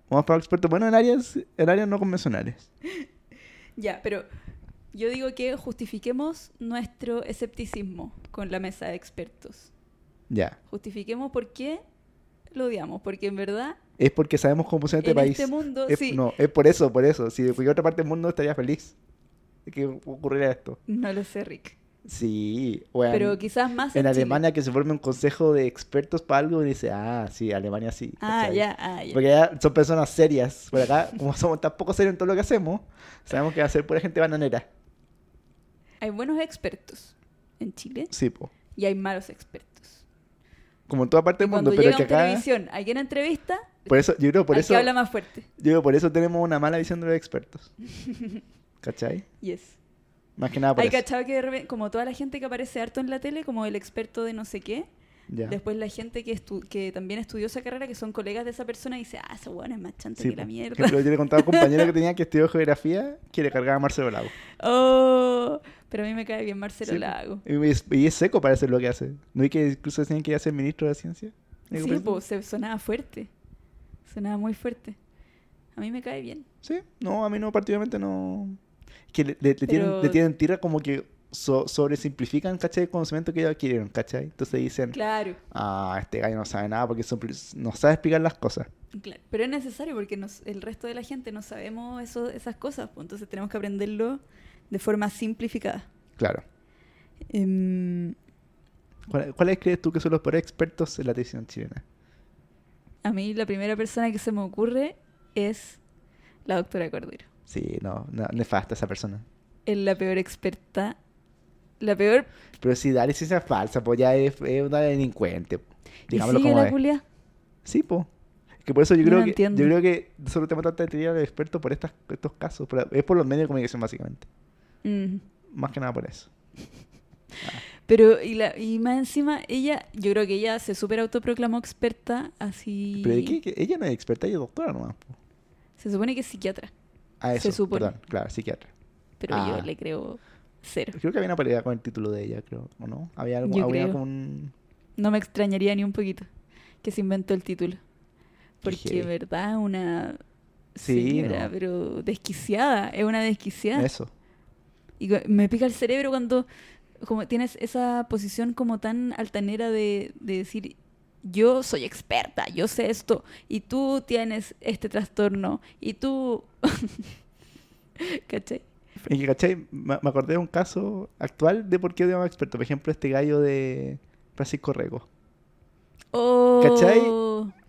Vamos a formar expertos buenos en áreas, en áreas no convencionales.
Ya, pero yo digo que justifiquemos nuestro escepticismo con la mesa de expertos.
Ya.
Justifiquemos por qué lo odiamos, porque en verdad
Es porque sabemos cómo funciona este
en
país.
este mundo,
Es-
sí, no.
No, es por eso, por eso. Si de cualquier otra parte del mundo estaría feliz de que ocurriera esto.
lo sé, Rick,
Sí, bueno.
pero quizás más
En
en Chile.
Alemania que se forme un consejo de expertos para algo y dice, ah, sí, Alemania sí.
Ah,
¿cachai?
ya, ah, ya.
Porque allá son personas serias. Por acá, como somos tan poco serios en todo lo que hacemos, sabemos que va a ser pura gente bananera.
Hay buenos expertos en Chile
Sí, po.
y hay malos expertos.
Como en toda parte
Y
del mundo,
cuando
pero
llega
que
a
acá...
televisión, alguien entrevista,
Por eso, yo creo por
al
eso,
que habla más fuerte.
yo creo por eso tenemos una mala visión de los expertos. ¿Cachai?
Yes.
Más que nada Ah, por
Hay
eso.
cachado que de repente, como toda la gente que aparece harto en la tele, como el experto de no sé qué,
Ya.
después la gente que, estu- que también estudió esa carrera, que son colegas de esa persona, y dice, ah, ese weón es más chanta
Sí,
que la
po.
mierda.
Ejemplo, yo le contaba a un compañero que tenía que estudió geografía que le cargaba a Marcelo Lago.
Oh, pero a mí me cae bien Marcelo
Sí, po.
Lago.
Y es, y es seco para hacer lo que hace. ¿No hay que incluso decían que iba a ser ministro de ciencia?
Sí, po, se sonaba fuerte. Sonaba muy fuerte. A mí me cae bien.
Sí, no, a mí no, particularmente no. Es que le, le- le tienen,
Pero-
le tienen tierra como que so- sobresimplifican, ¿cachai? El conocimiento que ellos adquirieron, ¿cachai? Entonces dicen,
Claro,
ah, este gallo no sabe nada porque simpli- no sabe explicar las cosas.
claro. Pero es necesario porque nos- el resto de la gente no sabemos eso, esas cosas, po, entonces tenemos que aprenderlo de forma simplificada.
Claro.
Em,
¿Cuál- ¿Cuáles crees tú que son los peores expertos en la televisión chilena?
a mí la primera persona que se me ocurre es la doctora Cordero.
Sí, no, no, nefasta esa persona.
Es la peor experta, la peor...
Pero si da licencia falsa, pues ya es, es una delincuente. Digámoslo
y sigue
como
la
es.
culia.
Sí, po. Que por eso yo
Yo
creo
no
que
entiendo.
yo creo que solo tenemos tanta teoría de expertos por estas, estos casos. por- es por los medios de comunicación, básicamente.
Mm.
Más que nada por eso.
Pero, y, la, y más encima, ella, yo creo que ella se súper autoproclamó experta, así...
Pero es que, que ella no es experta, ella es doctora nomás. po.
Se supone que es psiquiatra,
Ah,
Se
eso.
supone.
Perdón, claro, psiquiatra.
pero
Ah.
yo le creo cero.
Creo que había una pelea con el título de ella, creo. ¿O no? Había, algún,
Yo
había
creo.
como un-
No me extrañaría ni un poquito que se inventó el título. Porque,
heavy.
en verdad, una
Sí,
señora,
no.
pero desquiciada, es una desquiciada.
Eso.
Y que- me pica el cerebro cuando como tienes esa posición como tan altanera de, de decir, yo soy experta, yo sé esto, y tú tienes este trastorno, y tú... ¿Cachai?
Y que, ¿cachai? Me, me acordé de un caso actual de por qué llaman experto. Por ejemplo, este gallo de Francisco Rego.
Oh,
¿Cachai?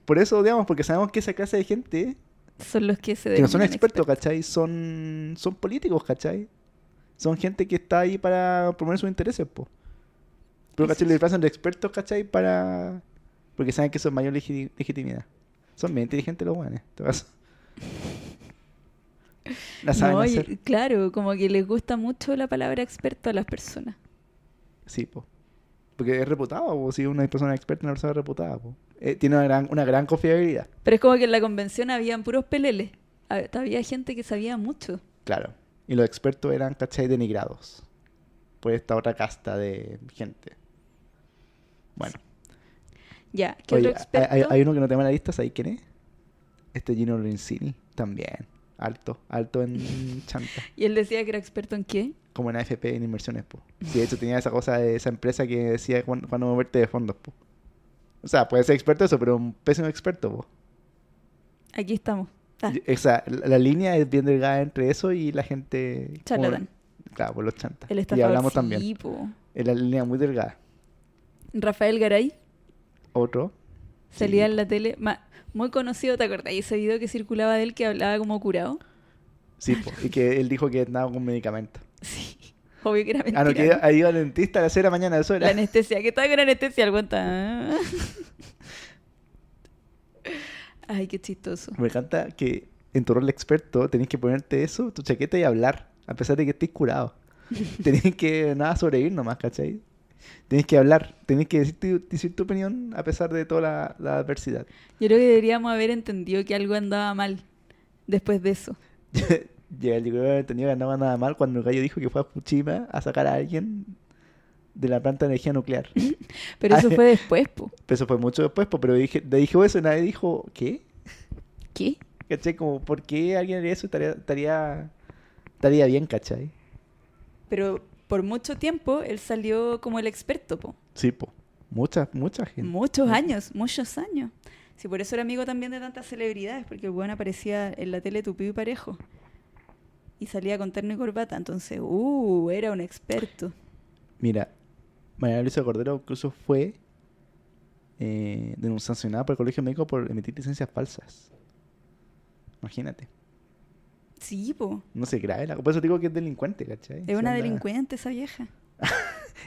Por eso odiamos, porque sabemos que esa clase de gente
Son los que se
que no son
denominan
expertos, ¿cachai? Son, son políticos, ¿cachai? Son gente que está ahí para promover sus intereses, po. Pero,
Eso
¿cachai? Le disfrazan de expertos, ¿cachai? Para... Porque saben que eso es mayor legi- legitimidad. Son bien inteligentes los buenos, te vas. La saben
No, y-
hacer.
claro, como que les gusta mucho la palabra experto a las personas.
Sí, po. Porque es reputado, po. Si una persona experta, una persona reputada, po. Eh, tiene una gran, una gran confiabilidad.
Pero es como que en la convención habían puros peleles. Ha- Había gente que sabía mucho.
Claro. Y los expertos eran, ¿cachai? Denigrados. Por esta otra casta de gente. Bueno.
Ya, ¿qué
Oye,
otro
hay,
experto?
hay- hay uno que no tengo en la lista, ¿sabes quién es? Este Gino Lorenzini, también. Alto, alto en chanta.
Y él decía que era experto en qué.
Como en AFP, en inversiones, po. Sí, de hecho tenía esa cosa de esa empresa que decía cuándo cuándo moverte de fondos, po. O sea, puede ser experto eso, pero un pésimo experto, po.
Aquí estamos. Ah,
Y- O sea, la, la línea es bien delgada entre eso y la gente... como-
charlatán.
Claro, por los chantas.
El
Y
estafador.
hablamos
sí,
también.
po.
Es la línea muy delgada.
Rafael Garay
Otro.
salía
Sí,
en la tele. ma- muy conocido, ¿te acordás? Ese video que circulaba de él que hablaba como curado.
Sí, po. y que él dijo que andaba con medicamento.
Sí. Obvio que era mentira.
Ah, no, que
¿no?
iba- ahí iba al dentista a las 6 de la mañana, eso era.
La anestesia, que estaba con anestesia, aguanta. Ay, qué chistoso.
Me encanta que en tu rol de experto tenés que ponerte eso, tu chaqueta y hablar, a pesar de que estés curado. tenés que nada sobrevivir nomás, ¿cachai? Tenés que hablar, tenés que decir tu, decir tu opinión a pesar de toda la, la adversidad.
Yo creo que deberíamos haber entendido que algo andaba mal después de eso.
Ya, yo creo que había entendido que andaba nada mal cuando el gallo dijo que fue a Fukushima a sacar a alguien de la planta de energía nuclear. Pero
Pero eso
Ay.
fue después, po.
eso fue mucho después, po, pero dije, le dijo eso y nadie dijo, ¿qué?
¿Qué?
¿Cachai? Como, ¿por qué alguien haría eso? Estaría, estaría, estaría bien, ¿cachai?
Pero por mucho tiempo él salió como el experto, po.
Sí, po. Mucha, mucha gente.
Muchos años, muchos años. Sí, por eso era amigo también de tantas celebridades, porque el weón aparecía en la tele tupido y parejo. Y salía con terno y corbata, entonces, uh, era un experto.
Mira, María Luisa Cordero incluso fue eh, denun- sancionada por el Colegio Médico por emitir licencias falsas. Imagínate.
Sí, po.
No se grave la Por eso digo que es delincuente, ¿cachai?
Es una
Esa onda-
delincuente esa vieja.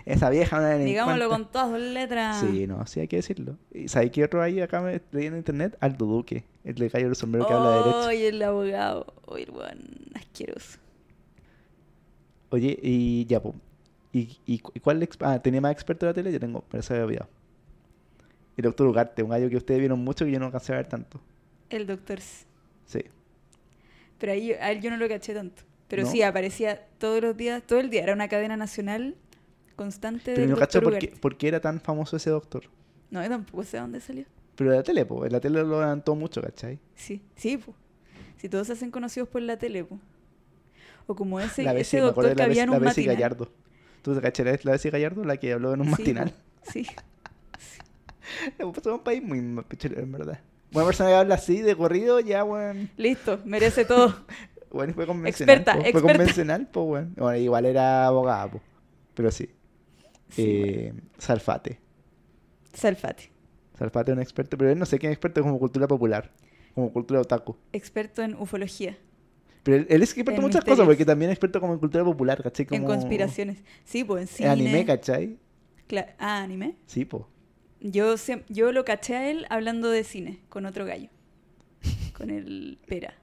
Esa vieja es una delincuente.
Digámoslo con todas sus letras.
Sí, no, sí hay que decirlo. ¿Y sabes qué otro ahí acá me leí en internet? Aldo Duque, el del gallo del sombrero que habla derecho.
Oye, el abogado. Oye, el weón asqueroso.
Oye, y ya, po. ¿Y, y cu- cuál ex- Ah, tenía más experto de la tele, yo tengo, pero se había olvidado. El doctor Ugarte, un gallo que ustedes vieron mucho que yo no alcancé a ver tanto.
El doctor. S-
Sí.
Eh, Pero ahí, a él yo no lo caché tanto. Pero
No.
sí, aparecía todos los días, todo el día. Era una cadena nacional constante
Pero
del
no cacho
Dr.
por qué,
Ugarte.
por qué era tan famoso ese doctor.
No, yo tampoco sé dónde salió.
Pero de la tele, po. En la tele lo levantó mucho, ¿cachai?
Sí, sí, po. Si todos se hacen conocidos por la tele, po. O como ese,
la
ese
Bessie, me acuerdo
doctor
de
que
la
había
Bessie,
en
la
un
Bessie
matinal.
Gallardo. ¿Tú te cacharás la Bessie Gallardo, la que habló en un
Sí,
matinal? Pues
po. Sí.
Es un país muy pichulero, en verdad. Una persona que habla así, de corrido, ya, weón.
Listo, merece todo.
Bueno, y fue convencional.
Experta,
po. Fue
experta.
convencional, pues, weón. Bueno, igual era abogada, po. Pero sí.
Sí,
Eh, Salfate.
Salfate.
Salfate es un experto, pero él no sé qué es experto como cultura popular, como cultura otaku.
Experto en ufología,
Pero él, él es experto en
En
muchas cosas,
misterios.
porque también es experto como en cultura popular, ¿cachai? Como
en conspiraciones. Sí, pues
en
en cine.
anime, ¿cachai?
cla- Ah, anime.
Sí, po.
Yo, siem- yo lo caché a él hablando de cine con otro gallo. Con el pera.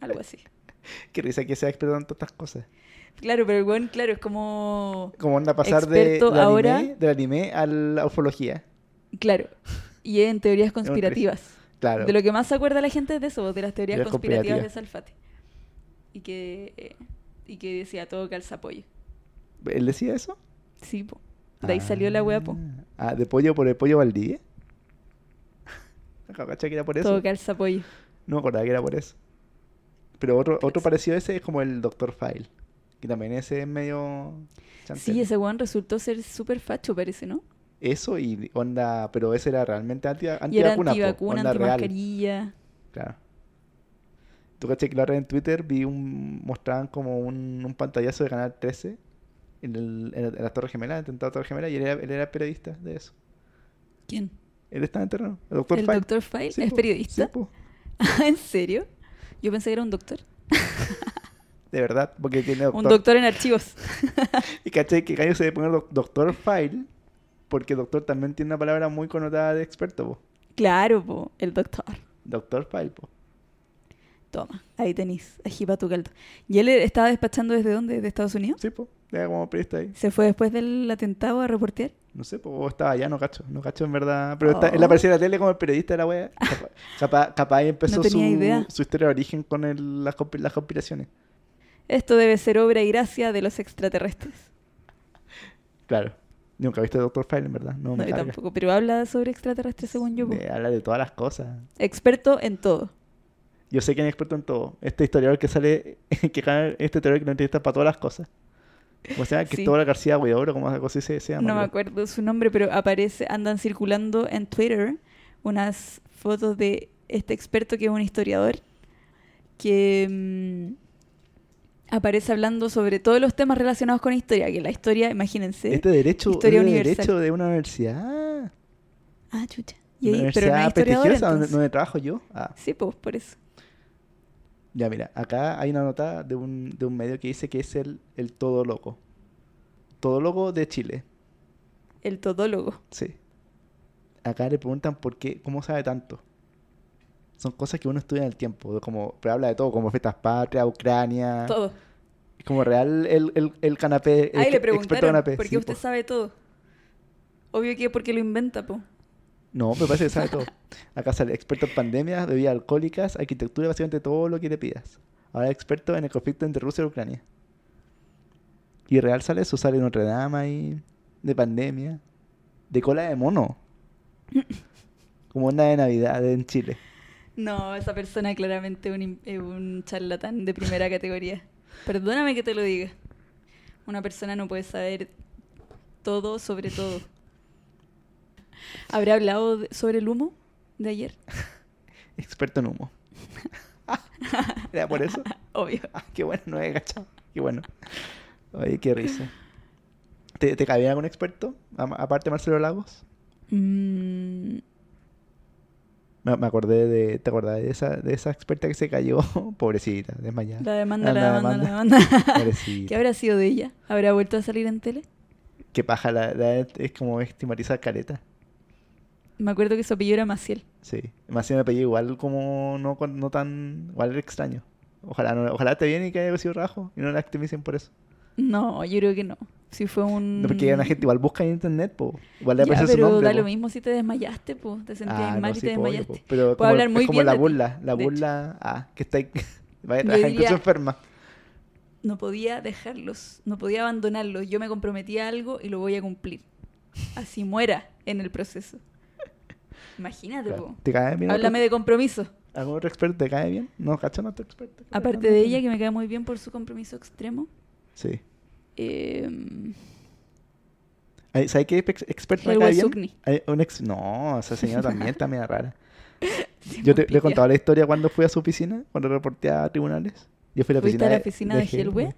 Algo así.
Qué risa que sea experto en todas estas cosas.
Claro, pero el weón, claro, es como.
Como anda a pasar de,
Experto
del anime,
ahora.
del anime a la ufología.
Claro. Y en teorías conspirativas.
Claro.
De lo que más se acuerda la gente es de eso, de las teorías
Teorías
conspirativas
conspirativas.
de Salfate. Y que, eh, y que decía todo calza pollo.
¿Él decía eso?
Sí, po. De ahí salió la wea, po.
Ah, de pollo por el pollo Valdivia. Acá, ¿Cachai que era por eso?
Todo calza pollo.
No me acordaba que era por eso. Pero otro, otro
Tres.
parecido a ese es como el Dr. File. Que también ese es medio. chancero.
Sí, ese weón resultó ser súper facho, parece, ¿no?
Eso y onda. Pero ese era realmente anti,
Y era
antivacuna. po,
antivacuna,
onda real.
antimascarilla.
Claro. Tú caché que la otra vez en Twitter vi un. Mostraban como un, un pantallazo de Canal 13 en, el, en, la- en la Torre Gemela, en la Torre Gemela, y él era, él era periodista de eso.
¿Quién?
Él estaba en terreno. El Dr.
¿El
File.
doctor File?
Sí,
¿Es
po,
periodista?
sí, po.
Ah, ¿En serio? Yo pensé que era un doctor.
De verdad, porque tiene
Un doctor en archivos.
Y caché que Cayo se debe poner doc- doctor file, porque doctor también tiene una palabra muy connotada de experto, po.
Claro, po, el doctor.
Doctor file, po.
Toma, ahí tenís, ají pa' tu caldo. ¿Y él estaba despachando desde dónde? ¿Desde Estados Unidos?
Sí, po. Era como periodista ahí.
¿Se fue después del atentado a reportear?
No sé, po. o Estaba allá, no cacho. No cacho en verdad. Pero está- él
Oh.
apareció en la tele como el periodista de la wea. Capa- Capaz, capaz ahí empezó
No tenía idea.
su, su historia de origen con el- las, conspi- las conspiraciones.
Esto debe ser obra y gracia de los extraterrestres.
Claro. Nunca viste Doctor File, en verdad. No,
No,
me
yo
carga.
tampoco, pero habla sobre extraterrestres según yo. po.
Me habla de todas las cosas.
Experto en todo.
Yo sé que es experto en todo. Este historiador que sale, que gana este historiador que lo entrevista para todas las cosas. O sea, que
Sí.
Cristóbal García Huidobro, como esa cosa así se, se llama.
No me
creo.
acuerdo su nombre, pero aparece, andan circulando en Twitter unas fotos de este experto que es un historiador que mm, aparece hablando sobre todos los temas relacionados con historia, que la historia, imagínense.
Este derecho,
Historia
es de
universal.
derecho de una universidad.
Ah, chucha. Y
Una
ahí- pero no es
universidad
historiador,
prestigiosa donde,
entonces.
donde trabajo yo. Ah,
Sí, pues, por eso.
ya mira, acá hay una nota de un, de un medio que dice que es el, el todo loco. Todo loco de Chile,
El todólogo.
sí. Acá le preguntan por qué, cómo sabe tanto. Son cosas que uno estudia en el tiempo, como, pero habla de todo, como fiestas patrias, Ucrania.
Todo.
Es como real el, el, el canapé. El
Ahí
que-
le
experto
preguntaron,
canapé,
porque
sí,
usted
po.
sabe todo. Obvio que porque lo inventa, po.
No, me parece que sabe todo. Acá sale experto en pandemias, bebidas alcohólicas, arquitectura, básicamente todo lo que le pidas. Ahora experto en el conflicto entre Rusia y Ucrania. Y real sale eso, sale Notre Dame ahí, de pandemia, de cola de mono. Como onda de Navidad en Chile.
No, esa persona claramente un im- es un charlatán de primera categoría. Perdóname que te lo diga. Una persona no puede saber todo sobre todo. ¿Habrá hablado de- sobre el humo de ayer?
Experto en humo. Era por eso.
Obvio.
Ah, qué bueno, no he cachado. Qué bueno. Oye, qué risa. ¿Te, te cae bien algún experto? Ama- Aparte de Marcelo Lagos.
Mm,
Me, me acordé de. ¿Te acordás de esa, de esa experta que se cayó? Pobrecita, desmayada.
la demanda,
Ah,
la demanda, la demanda. ¿Qué
Pobrecita.
habrá sido de ella? ¿Habrá vuelto a salir en tele?
Qué paja, la, la- es como estigmatizar careta.
Me acuerdo que su apellido era Maciel.
Sí. Más si me apellido igual como no, con- no tan. Igual extraño. Ojalá, no, ojalá te viene y que haya sido rajo y no la victimicen por eso.
No, yo creo que no. Si fue un...
No, porque la gente igual busca en internet, po. Igual le
Mm. Ya,
aparece su
pero
nombre.
da lo
po.
mismo si te desmayaste, pues. Te sentías
Ah, no,
mal y
sí,
te
po, obvio,
desmayaste.
po. Pero es
Puedo
como,
hablar
es
muy
como
bien
la
de ti,
burla, la
de
burla, ah, que está ahí, vaya a
Yo
trabajar incluso
diría-
enferma.
No podía dejarlos, no podía abandonarlos. Yo me comprometí a algo y lo voy a cumplir. Así muera en el proceso. Imagínate,
Claro.
po.
¿Te cae bien?
Háblame
otro-
de compromiso.
¿Algún otro experto te cae bien? No, cacho, no, otro experto.
Aparte de ella, que me cae muy bien por su compromiso extremo.
Sí.
eh,
Ay, ¿Sabes qué ex- experto me
El
cae bien?
Guasugni.
Ay, un ex- No, esa señora también está media rara.
se
Yo
me
te, le he
olvidó.
contado la historia cuando fui a su oficina, cuando reporté a tribunales. Yo fui a la
¿Fuiste
oficina
a la
de-
oficina de Helwe?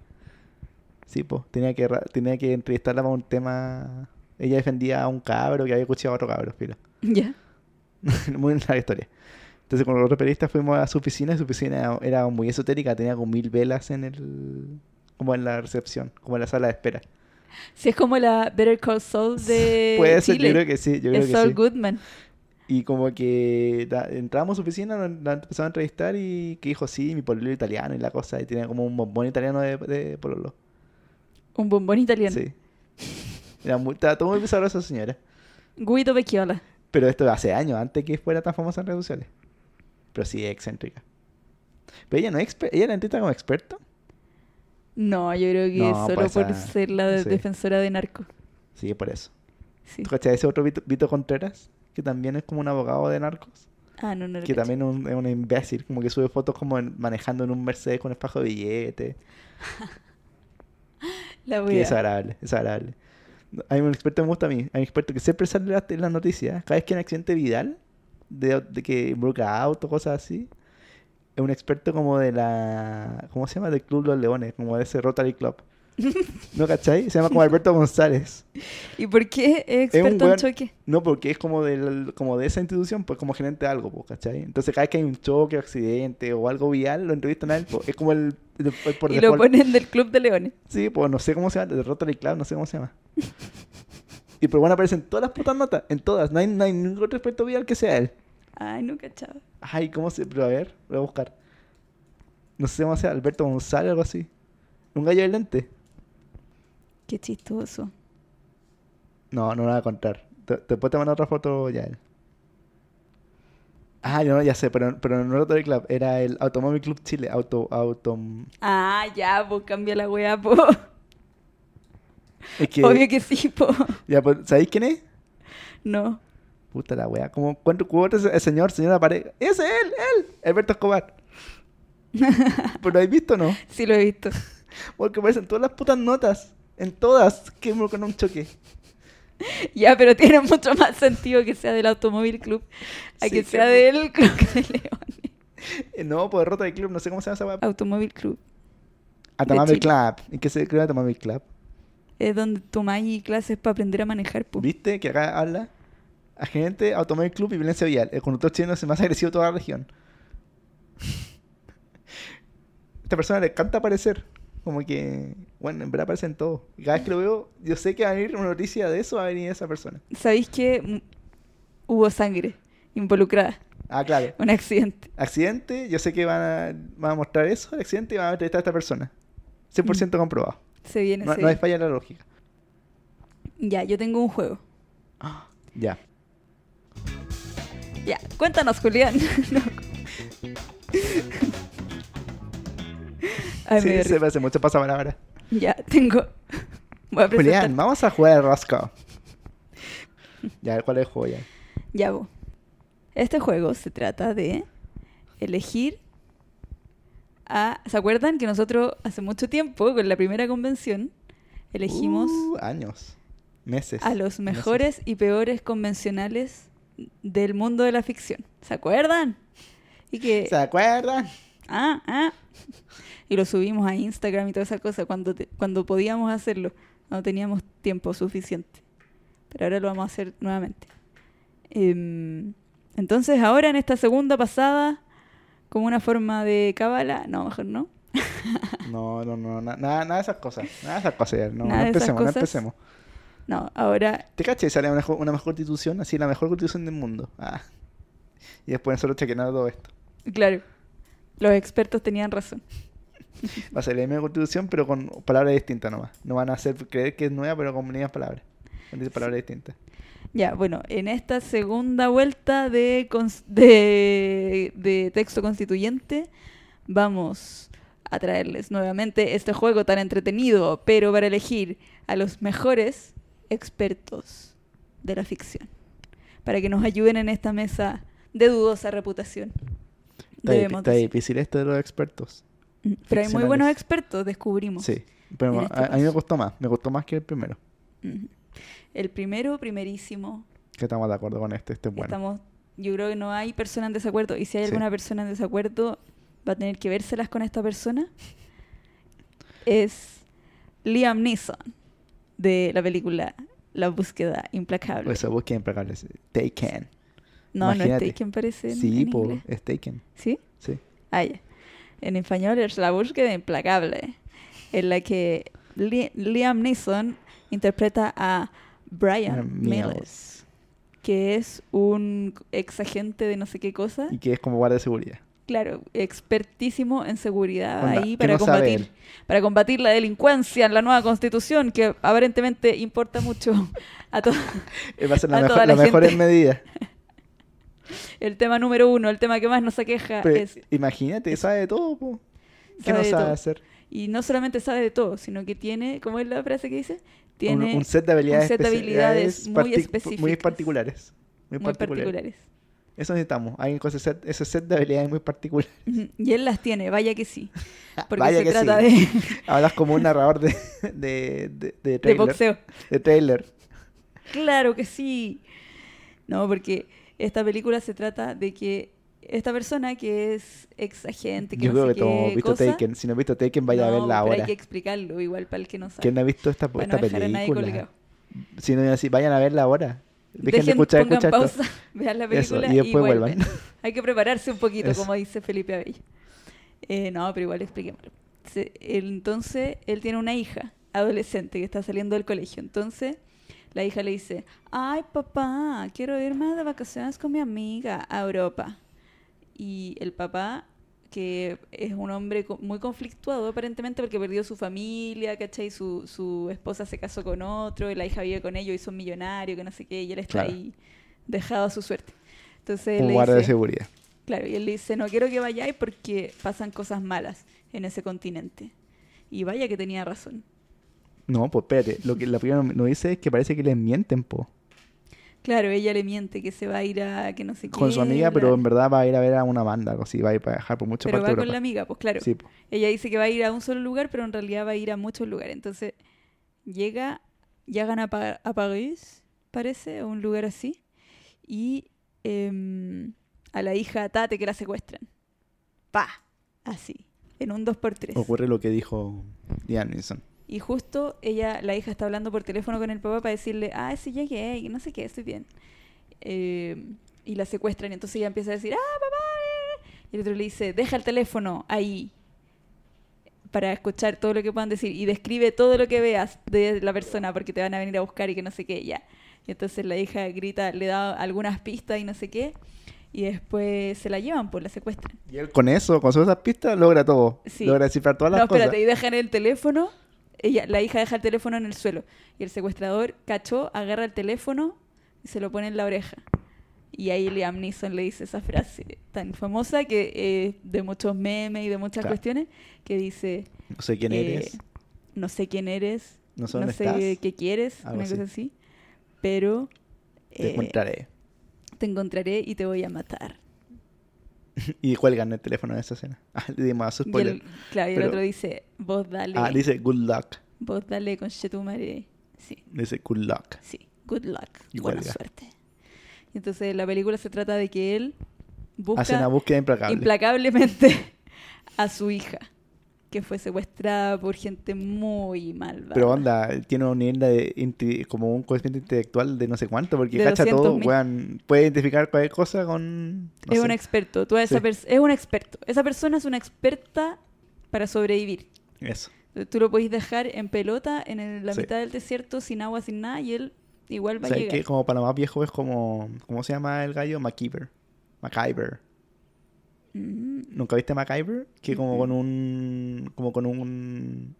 Sí, pues, tenía que, ra- tenía que entrevistarla para un tema... Ella defendía a un cabro que había escuchado a otro cabro, filo.
Ya.
muy larga historia. Entonces con los otros periodistas fuimos a su oficina y su oficina era muy esotérica, tenía como mil velas en el... como en la recepción, como en la sala de espera.
Si es como la Better Call Saul de
Puede ser,
Eh, Chile.
yo creo que sí, yo creo
es Saul
que sí.
Goodman.
Y como que da- entramos a su oficina, nos- la empezaron a entrevistar y que dijo, sí, mi pololo italiano y la cosa, y tenía como un bombón italiano de, de pololo.
Un bombón italiano.
Sí. Era muy, estaba todo muy bizarro esa señora.
Guido Becchiola.
Pero esto hace años, antes que fuera tan famosa en redes sociales. Pero sí, es excéntrica. Pero ella no es exper- ella la entiende como experta.
No, yo creo que
No,
solo
pues,
por
ah,
ser la de-
sí.
defensora de narco.
Sí, por eso.
Sí.
¿Tú cachas ese otro Vito, Vito Contreras? Que también es como un abogado de narcos.
Ah, no, no lo
Que
cacho.
también es un, es un imbécil. Como que sube fotos como en- manejando en un Mercedes con un fajo de billetes.
La voy
Que
a-
es agradable, es agradable. No, Hay un experto que me gusta a mí. Hay un experto que siempre sale en las- en las noticias. Cada vez que hay un accidente viral, de, de que involucra auto, cosas así. Es un experto como de la. ¿Cómo se llama? Del Club Los Leones, como de ese Rotary Club. ¿No cachai? Se llama como Alberto González.
¿Y por qué es
Es un
experto en
weón-
choque?
No, porque es como, del, como de esa institución, pues como gerente de algo, pues, ¿cachai? Entonces cada vez que hay un choque, accidente o algo vial, lo entrevistan a él. pues, es como el, el- el por
y lo
default.
ponen del Club de Leones.
Sí, pues no sé cómo se llama, de Rotary Club, no sé cómo se llama. Y pero bueno, aparecen todas las putas notas, en todas. No hay, no hay ningún otro experto vial que sea él.
Ay, no cachaba.
Ay, ¿cómo se...? Pero a ver, voy a buscar. No sé cómo sea, Alberto González, algo así. Un gallo de lente.
Qué chistoso.
No, no lo voy a contar. Te- Después te mando otra foto ya él. Ah, no, ya sé, pero, pero no Rotary Club, era el Automóvil Club Chile, auto, auto...
Ah, ya, pues cambia la weá, po.
Es que,
Obvio que sí, po.
ya, pues, ¿sabéis quién es?
No.
Puta la wea, como cuánto cuánto es el señor, señora pareja. Ese es él, él, Alberto Escobar. ¿Pero lo habéis visto o no?
Sí lo he visto.
Porque aparecen todas las putas notas, en todas, que uno con un choque.
Ya, pero tiene mucho más sentido que sea del Automóvil Club a
Sí,
que
sí,
sea
po.
del Club de Leones.
Eh, No, por rota de club, no sé cómo se llama esa wea.
Automóvil Club.
Atamami
Chile.
Club. ¿En qué se creó Atamami Club?
Es donde tomáis clases para aprender a manejar, po.
¿Viste que acá habla? Agente, Automóvil Club y violencia vial. El conductor chileno es el más agresivo de toda la región. Esta persona le encanta aparecer. Como que, bueno, en verdad aparece en todo. Y Cada vez que lo veo, yo sé que va a venir una noticia de eso, va a venir esa persona.
¿Sabéis que mm, hubo sangre involucrada?
Ah, claro.
Un accidente.
Accidente, yo sé que van a, van a mostrar eso, el accidente, y van a entrevistar a esta persona. 100%
Mm.
comprobado.
Se viene,
No,
se
no hay
viene.
falla en la lógica.
Ya, yo tengo un juego.
Ya.
Ya, cuéntanos, Julián. No. Ay, me
sí, se
dio risa.
me hace mucho pasapalabra.
Ya, tengo. Voy a presentar.
Julián, vamos a jugar al Roscoe. ya, ¿cuál es el juego ya?
Ya, vos. Este juego se trata de elegir a. ¿Se acuerdan que nosotros hace mucho tiempo, con la primera convención, elegimos
Uh, años. Meses.
a los
meses.
mejores y peores convencionales del mundo de la ficción? ¿Se acuerdan? Y que.
¿Se acuerdan?
Ah, ah. Y lo subimos a Instagram y toda esa cosa cuando, te- cuando podíamos hacerlo, cuando teníamos tiempo suficiente. Pero ahora lo vamos a hacer nuevamente. Em, entonces, ahora en esta segunda pasada, como una forma de cábala, no, mejor no.
No, no, no, na- nada, nada de esas cosas. Nada de esas cosas ya. No, no
Nada de esas
empecemos, no
cosas.
empecemos.
No, ahora
¿Te caché? Sale una, jo- una mejor constitución, así la mejor constitución del mundo. Ah. Y después nosotros chequeamos todo esto.
Claro, los expertos tenían razón.
Va a ser la misma constitución, pero con palabras distintas nomás. No van a hacer creer que es nueva, pero con mismas palabras. Van a decir palabras distintas.
Ya, bueno, en esta segunda vuelta de, cons- de, de texto constituyente vamos a traerles nuevamente este juego tan entretenido, pero para elegir a los mejores expertos de la ficción, para que nos ayuden en esta mesa de dudosa reputación.
Está, di-
Debemos
está
decir.
difícil esto de los expertos.
Mm, Pero hay muy
ficcionales.
buenos expertos, descubrimos.
Sí.
En
Pero
este
a, a mí me
caso.
costó más. Me costó más que el primero.
Ujú. El primero, primerísimo,
Que estamos de acuerdo con este. Este es bueno.
Estamos, yo creo que no hay persona en desacuerdo. Y si hay
Sí.
alguna persona en desacuerdo, va a tener que vérselas con esta persona. Es Liam Neeson, de la película La búsqueda implacable.
Eso, busquen implacables. They can.
No,
Imagínate.
no es Taken, parece. en-
Sí,
en
po,
inglés.
es Taken.
¿Sí?
Sí.
Ah, ya. En español es La búsqueda implacable, en la que Li- Liam Neeson interpreta a Brian
Brian
Mills, que es un ex agente de no sé qué cosa.
Y que es como guardia de seguridad.
Claro, expertísimo en seguridad
Onda,
ahí
¿qué
para
no sabe
combatir
él?
para combatir la delincuencia en la nueva constitución que aparentemente importa mucho a todos.
Eh, Va a ser la
A
mejor-
toda la
las mejores
gente.
medidas.
El tema número uno, el tema que más nos aqueja
Pero
es
imagínate, sabe de todo, po. ¿Qué
Ah, Sabe
no
de
sabe
todo.
hacer?
Y no solamente sabe de todo, sino que tiene, ¿cómo es la frase que dice?
Un-
Tiene
un, set de habilidades,
set de
especi-
habilidades muy
partic- Muy
específicas.
particulares. Muy,
muy
particulares.
particulares.
Eso necesitamos. Alguien con ese set, ese set de habilidades muy particulares.
Ujú, Y él las tiene, vaya que sí. Porque
Vaya
se
que
trata
sí.
de,
Hablas como un narrador de, de, de, de
de
trailer.
boxeo.
de trailer.
Claro que sí. No, porque esta película se trata de que esta persona que es ex agente, que
Yo
no
creo
sé
que todos hemos
qué
visto
cosa,
Taken. Si no has visto Taken, vaya a
no,
verla
pero
ahora.
Hay que explicarlo, igual para el que no sabe.
¿Quién ha visto esta,
para
esta
no dejar a nadie
película?
colgado.
Si no es así, vayan a verla ahora. Dejen, de
Dejen-
escuchar,
pongan
escuchar esto.
pausa, vean la
Eso,
película
y después vuelvan.
Hay que prepararse un poquito,
Eso.
como dice Felipe Abello. Eh, no, pero igual expliquémoslo. Se- él- entonces, él tiene una hija adolescente que está saliendo del colegio. Entonces, la hija le dice, ay papá, quiero irme de vacaciones con mi amiga a Europa. Y el papá, que es un hombre co- muy conflictuado aparentemente porque perdió su familia, ¿cachai? Su, su esposa se casó con otro, y la hija vive con ellos y son millonarios, que no sé qué, y él está
Claro.
ahí dejado a su suerte. Entonces
Un
le
guardia de
dice,
seguridad.
claro, y él le dice, no quiero que vayáis porque pasan cosas malas en ese continente. Y vaya que tenía razón.
No, pues espérate. Lo que la primera no- no dice es que parece que les mienten, po.
Claro, ella le miente que se va a ir a que no sé qué.
Con su amiga,
bla,
pero
bla.
en verdad va a ir a ver a una banda, algo así. Va a ir para viajar por mucho
Pero va
parte de
con la
Europa.
amiga, pues claro.
Sí, po.
Ella dice que va a ir a un solo lugar, pero en realidad va a ir a muchos lugares. Entonces llega, llegan a, Pa- a París, parece, a un lugar así, y em, a la hija Tate que la secuestran. ¡Pa! Así, en un 2x3.
Ocurre lo que dijo Liam Neeson.
Y justo ella, la hija está hablando por teléfono con el papá para decirle, ah, sí llegué, y no sé qué, estoy bien. Eh, y la secuestran, y entonces ella empieza a decir, ah, papá. eh". Y el otro le dice, deja el teléfono ahí para escuchar todo lo que puedan decir y describe todo lo que veas de la persona porque te van a venir a buscar y que no sé qué, ya. Y entonces la hija grita, le da algunas pistas y no sé qué, y después se la llevan, pues la secuestran.
Y él con eso, con esas pistas, logra todo.
Sí.
Logra descifrar todas las
no, espérate,
cosas.
y dejan el teléfono. Ella, la hija deja el teléfono en el suelo. Y el secuestrador cachó, agarra el teléfono y se lo pone en la oreja. Y ahí Liam Neeson le dice esa frase tan famosa que eh, de muchos memes y de muchas
Claro.
cuestiones que dice
No sé quién
eh,
eres.
no sé quién eres
No sé
no
dónde
sé
estás.
qué quieres
Algo
una cosa así pero
Te
eh,
encontraré.
te encontraré y te voy a matar
Y cuelgan el teléfono en esa escena. Ah, le dimos a su
y
spoiler.
el, claro, y el
Pero-
otro dice vos dale
Ah, dice good luck.
vos dale con Chetumare sí
Dice good luck.
Sí, good luck.
Y
buena
huelga.
suerte. Y entonces la película se trata de que él
Hace una
busca
búsqueda implacable.
implacablemente a su hija, que fue secuestrada por gente muy malvada.
Pero onda, él tiene un nivel de inte- como un coeficiente intelectual de no sé cuánto, porque
De
cacha todo,
200.000.
weón. Puede identificar cualquier cosa con. no
es
sé.
un experto. Tú a esa
Sí.
pers- es un experto. Esa persona es una experta para sobrevivir.
Eso.
Tú lo podéis dejar en pelota en el- la
Sí.
mitad del desierto sin agua, sin nada, y él igual
O
va
sea,
a
es
llegar.
que como para los más viejos es como. ¿Cómo se llama el gallo? MacGyver. MacGyver.
Mm.
¿Nunca viste MacGyver? Que como
Mm-mm.
con un. Como con un.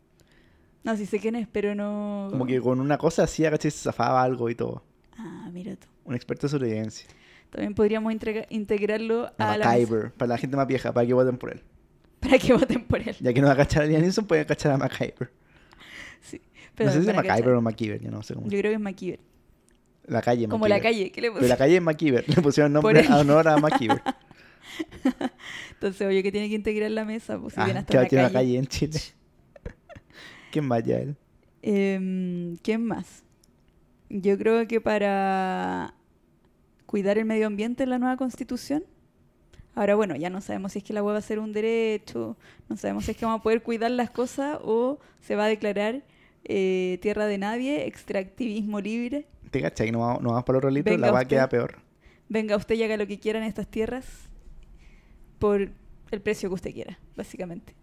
No, sí sé quién es, pero no...
Como que con una cosa hacía, caché, se zafaba algo y todo.
Ah, mira tú.
Un experto en sobrevivencia.
También podríamos entrega- integrarlo a
A
Ah, la mesa.
MacGyver. Para la gente más vieja, para que voten por él.
para que voten por él.
Ya que no va a cachar a Liam Neeson, pueden cachar a MacGyver.
Pero
no sé si es
para
MacGyver
cachar.
o MacGyver, yo no sé cómo.
Yo creo que es MacGyver.
La calle
Como la
MacGyver.
calle, ¿qué le
Pero la
pusieron?
calle es MacGyver. Le pusieron
Por
nombre
él.
a honor a MacGyver.
Entonces, oye, que tiene que integrar la mesa, pues si
ah,
bien hasta
claro,
la
tiene una calle
calle.
en Chile. ¿Quién más ya él?
Em, ¿Quién más? Yo creo que para cuidar el medio ambiente en la nueva constitución. Ahora, bueno, ya no sabemos si es que la web va a ser un derecho, no sabemos si es que vamos a poder cuidar las cosas o se va a declarar eh, tierra de nadie, extractivismo libre.
¿Te cachai? No vamos, no vamos para otro litro,
Venga
la va a
usted.
quedar peor.
venga usted y haga lo que quiera en estas tierras por el precio que usted quiera, básicamente.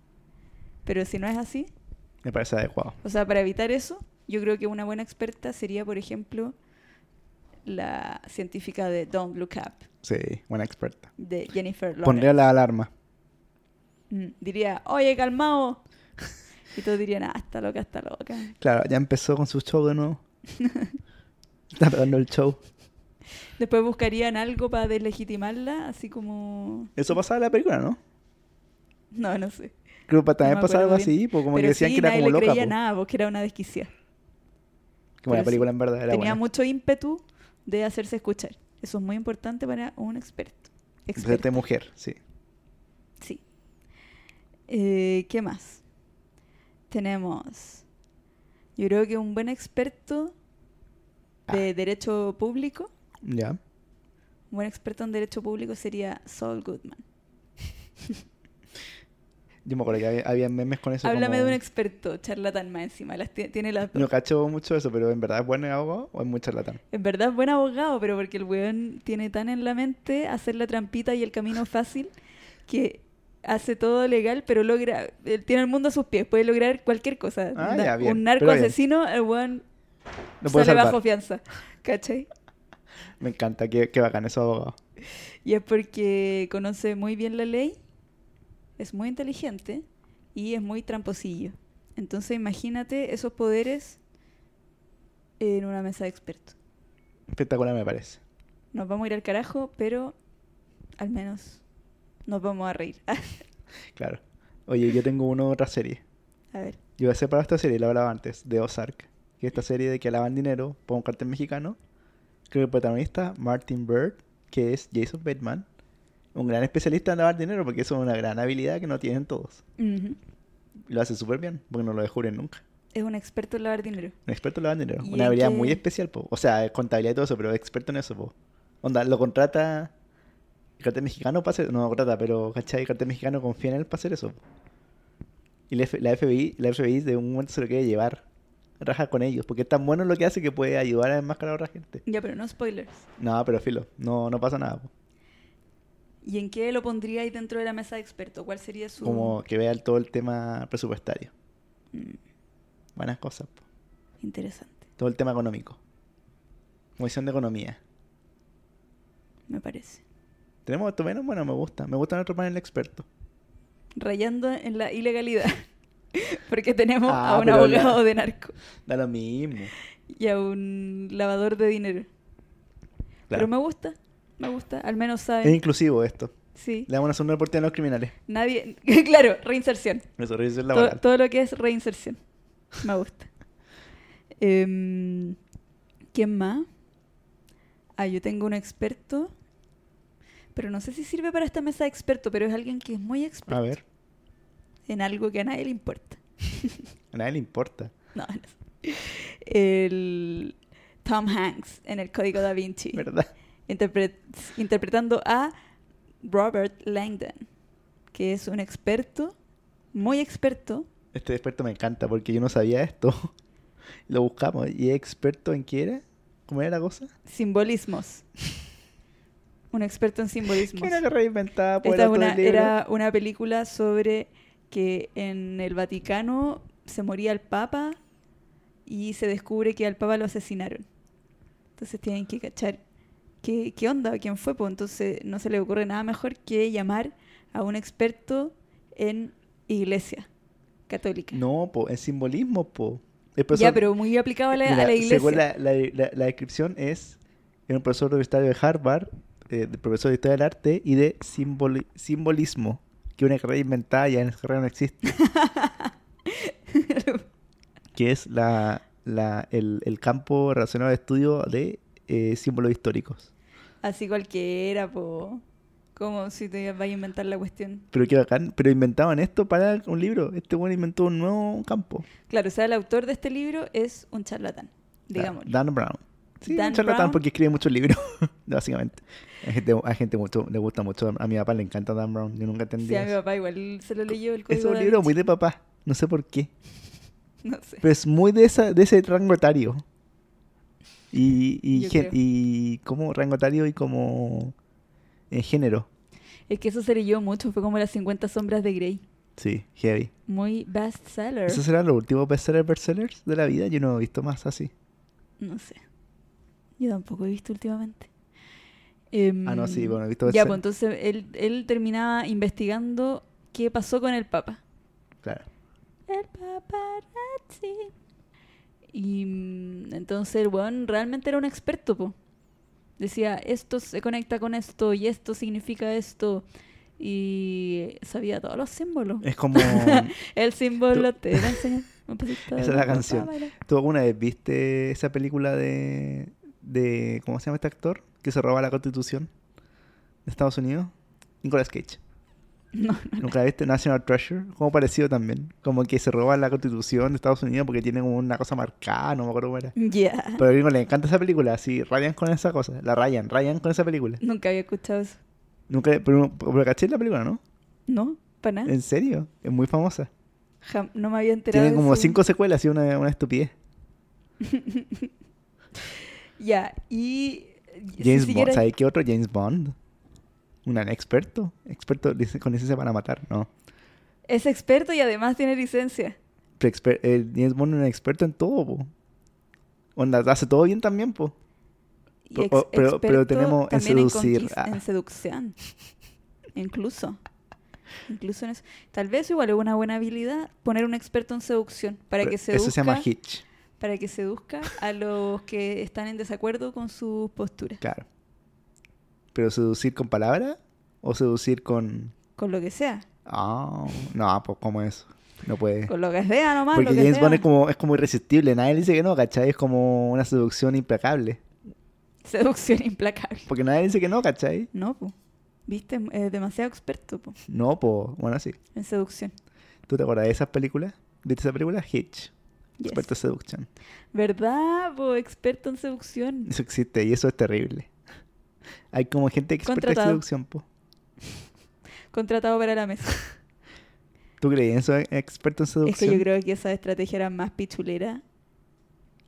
Pero si no es así,
Me parece adecuado.
o sea, para evitar eso, yo creo que una buena experta sería, por ejemplo, la científica de Don't Look Up,
Sí, buena experta.
de Jennifer Lawrence.
Pondría la alarma.
Mm, Diría, oye, calmao. Y todos dirían, ah, está loca, está loca.
Claro, ya empezó con su show de nuevo. Está pegando el show.
Después buscarían algo para deslegitimarla, así como...
Eso pasaba en la película, ¿no?
No, no sé.
Creo que también
me
pasaba algo
acuerdo bien.
así, po, como
Pero
que decían
sí,
que era
nadie
como
le
loca.
creía
po.
nada, porque era una desquiciada.
Que buena
Pero sí,
película en verdad era
Tenía
buena.
mucho ímpetu de hacerse escuchar. Eso es muy importante para un experto.
Experta
Experto.
este mujer, sí.
Sí. Eh, ¿Qué más? Tenemos... Yo creo que un buen experto
Ah.
de derecho público,
Ya.
un buen experto en derecho público sería Saul Goodman.
Yo me acuerdo que había, había memes con eso.
Háblame
como-
de un experto, charlatán más encima. Las tie- tiene las dos.
No cacho mucho eso, pero ¿en verdad es buen abogado o es muy charlatán?
En verdad es buen abogado, pero porque el weón tiene tan en la mente hacer la trampita y el camino fácil que hace todo legal, pero logra. él tiene el mundo a sus pies, puede lograr cualquier cosa.
Ah,
Na-
ya, bien, pero
un narco
bien.
asesino, el weón
Lo puedo
sale
salvar.
bajo fianza. ¿Cachai?
Me encanta, qué, qué bacán esos abogados.
Y es porque conoce muy bien la ley, es muy inteligente y es muy tramposillo. Entonces imagínate esos poderes en una mesa de expertos.
Espectacular me parece.
Nos vamos a ir al carajo, pero al menos nos vamos a reír.
Claro. Oye, yo tengo una otra serie.
a ver,
Yo voy a separar esta serie, la hablaba antes, de Ozark. Que esta serie de que lavan dinero por un cartel mexicano. Creo que el protagonista, Martin Bird, que es Jason Bateman. Un gran especialista en lavar dinero porque eso es una gran habilidad que no tienen todos.
ujú,
Lo hace súper bien porque no lo descubren nunca.
es un experto en lavar dinero.
Un experto en lavar dinero.
¿Y en
Una habilidad
qué?
muy especial, po. O sea, es contabilidad y todo eso, pero es experto en eso, po. Onda, lo contrata. El cartel mexicano para hacer. No lo contrata, pero ¿cachai? El cartel mexicano confía en él para hacer eso. po. Y la, F- la FBI, la FBI de un momento se lo quiere llevar. Raja con ellos, porque es tan bueno lo que hace que puede ayudar a enmascarar a otra gente.
Ya, pero no spoilers.
No, pero filo, no, no pasa nada. po.
¿Y en qué lo pondríais dentro de la mesa de expertos? ¿Cuál sería su...?
Como que vea el- todo el tema presupuestario.
Mm,
Buenas cosas, po.
interesante,
todo el tema económico. Comisión de economía.
me parece.
Tenemos esto menos, bueno, me gusta. Me gusta nuestro panel experto.
Rayando en la ilegalidad. Porque tenemos
Ah,
a un
pero la-
abogado de narco
Da lo mismo.
y a un lavador de dinero.
Claro.
Pero me gusta, me gusta. Al menos
Es
saben.
inclusivo esto.
Sí.
Le damos una segunda oportunidad a los criminales.
Nadie... claro, reinserción.
Nuestro revisión
To-
laboral.
todo lo que es reinserción. Me gusta. Em, ¿Quién más? Ah, yo tengo un experto. Pero no sé si sirve para esta mesa de experto, pero es alguien que es muy experto
A ver,
en algo que a nadie le importa.
a nadie le importa.
No, no sé. El Tom Hanks en el Código da Vinci,
¿Verdad?
interpre- interpretando a Robert Langdon, que es un experto, muy experto
Este experto me encanta porque yo no sabía esto. Lo buscamos. ¿Y es experto en qué era? ¿Cómo era la cosa?
Simbolismos. Un experto en
Que
simbolismos.
una carrera inventada por
Esta
el
es
autor
una-
del libro.
era una película sobre que en el Vaticano se moría el Papa y se descubre que al Papa lo asesinaron. Entonces tienen que cachar qué, qué onda, quién fue. Pues entonces no se le ocurre nada mejor que llamar a un experto en iglesia católica.
No, po, en simbolismo, po. El
ya,
profesor-
pero muy aplicado a la, a
Eh, Mira,
la
Según
iglesia.
la, la- la- la descripción es era un profesor universitario de Harvard, eh, de- profesor de historia del arte y de simboli- simbolismo, que una carrera inventada ya en esa carrera no existe, que es la, la- el, el campo relacionado al estudio de eh, símbolos históricos.
Así cualquiera, po. Como si te vas a inventar la cuestión.
Pero qué bacán, pero inventaban esto para un libro. Este bueno inventó un nuevo campo.
Claro, o sea, el autor de este libro es un charlatán,
Claro,
digámoslo.
Dan Brown. Sí,
Dan
un charlatán
Brown.
porque escribe muchos libros, básicamente. A gente, a gente mucho, le gusta mucho. A mi papá le encanta Dan Brown. Yo nunca entendí
Sí, a
eso.
mi papá igual se lo leyó el
Es
código
un
Da
libro muy
Vinci.
de papá, no sé por qué.
No sé.
Pero es muy de, esa, de ese rango etario. Y, y,
Yo
gen-
creo.
y como rango etario y como en género.
Es que eso se leyó mucho, fue como las 50 sombras de Grey.
Sí, heavy.
Muy bestseller.
¿Esos serán los últimos bestsellers bestsellers de la vida? Yo no he visto más así.
No sé. Yo tampoco he visto últimamente. Em,
Ah, no, sí, bueno, he visto
Ya,
bestsellers.
pues entonces él, él terminaba investigando qué pasó con el Papa.
Claro.
El paparazzi. Y mm, entonces el weón realmente era un experto, po. Decía, esto se conecta con esto y esto significa esto. Y sabía todos los símbolos.
Es como...
El símbolo te va a enseñar un pedacito de
Esa es la
ropa
canción.
para-
¿Tú alguna vez viste esa película de... de ¿Cómo se llama este actor? Que se roba la constitución de Estados Unidos. Nicolas Cage.
No, no,
¿Nunca la viste? National Treasure. Como parecido también. Como que se roba la constitución de Estados Unidos porque tiene como una cosa marcada, no me acuerdo cómo era.
no. Ya.
Pero a gringo le encanta esa película, así rayan con esa cosa, la rayan, rayan con esa película.
Nunca había escuchado eso.
Nunca, pero, pero caché la película, ¿no?
No, para nada.
En serio, es muy famosa.
Jam- no me había enterado.
Eh, Tiene
de
como
su-
cinco secuelas y una, una estupidez.
Ya, y. si
James Bond,
siguiera-
¿sabes qué otro? James Bond. Un experto, experto lic- con licencia para matar, no.
Es experto y además tiene licencia.
Pero exper- eh, James Bond es un experto en todo, po. Onda, hace todo bien también, po.
Y
Pero-
ex-
o- pero- pero
experto
tenemos en
también en
seducir,
conquis-
ah.
En, seducción. Incluso. Incluso en eso. Tal vez igual es una buena habilidad poner un experto en seducción para
Pero
que seduzca,
Eso se llama Hitch,
para que seduzca a los que están en desacuerdo con sus posturas,
claro. Pero seducir con palabra o seducir con...
con lo que sea,
Ah, no, pues como eso. No puede.
con lo que sea nomás, lo
Eh. Porque
que
James Bond
sea.
es como, es como irresistible, nadie le dice que no, ¿cachai? Es como una seducción implacable.
seducción implacable.
Porque nadie dice que no, ¿cachai?
No, po. Viste, es demasiado experto, po,
No, pues, bueno, sí.
en seducción.
¿Tú te acuerdas de esas películas? ¿Viste esa película? Hitch.
Yes.
Experto en seducción.
¿Verdad, po? Experto en seducción.
Eso existe y eso es terrible. Hay como gente experta en
Contratado.
seducción, po.
Contratado para la mesa.
¿Tú crees en eso, eh, experto en
Es que
seducción?
yo creo que esa estrategia era más pichulera,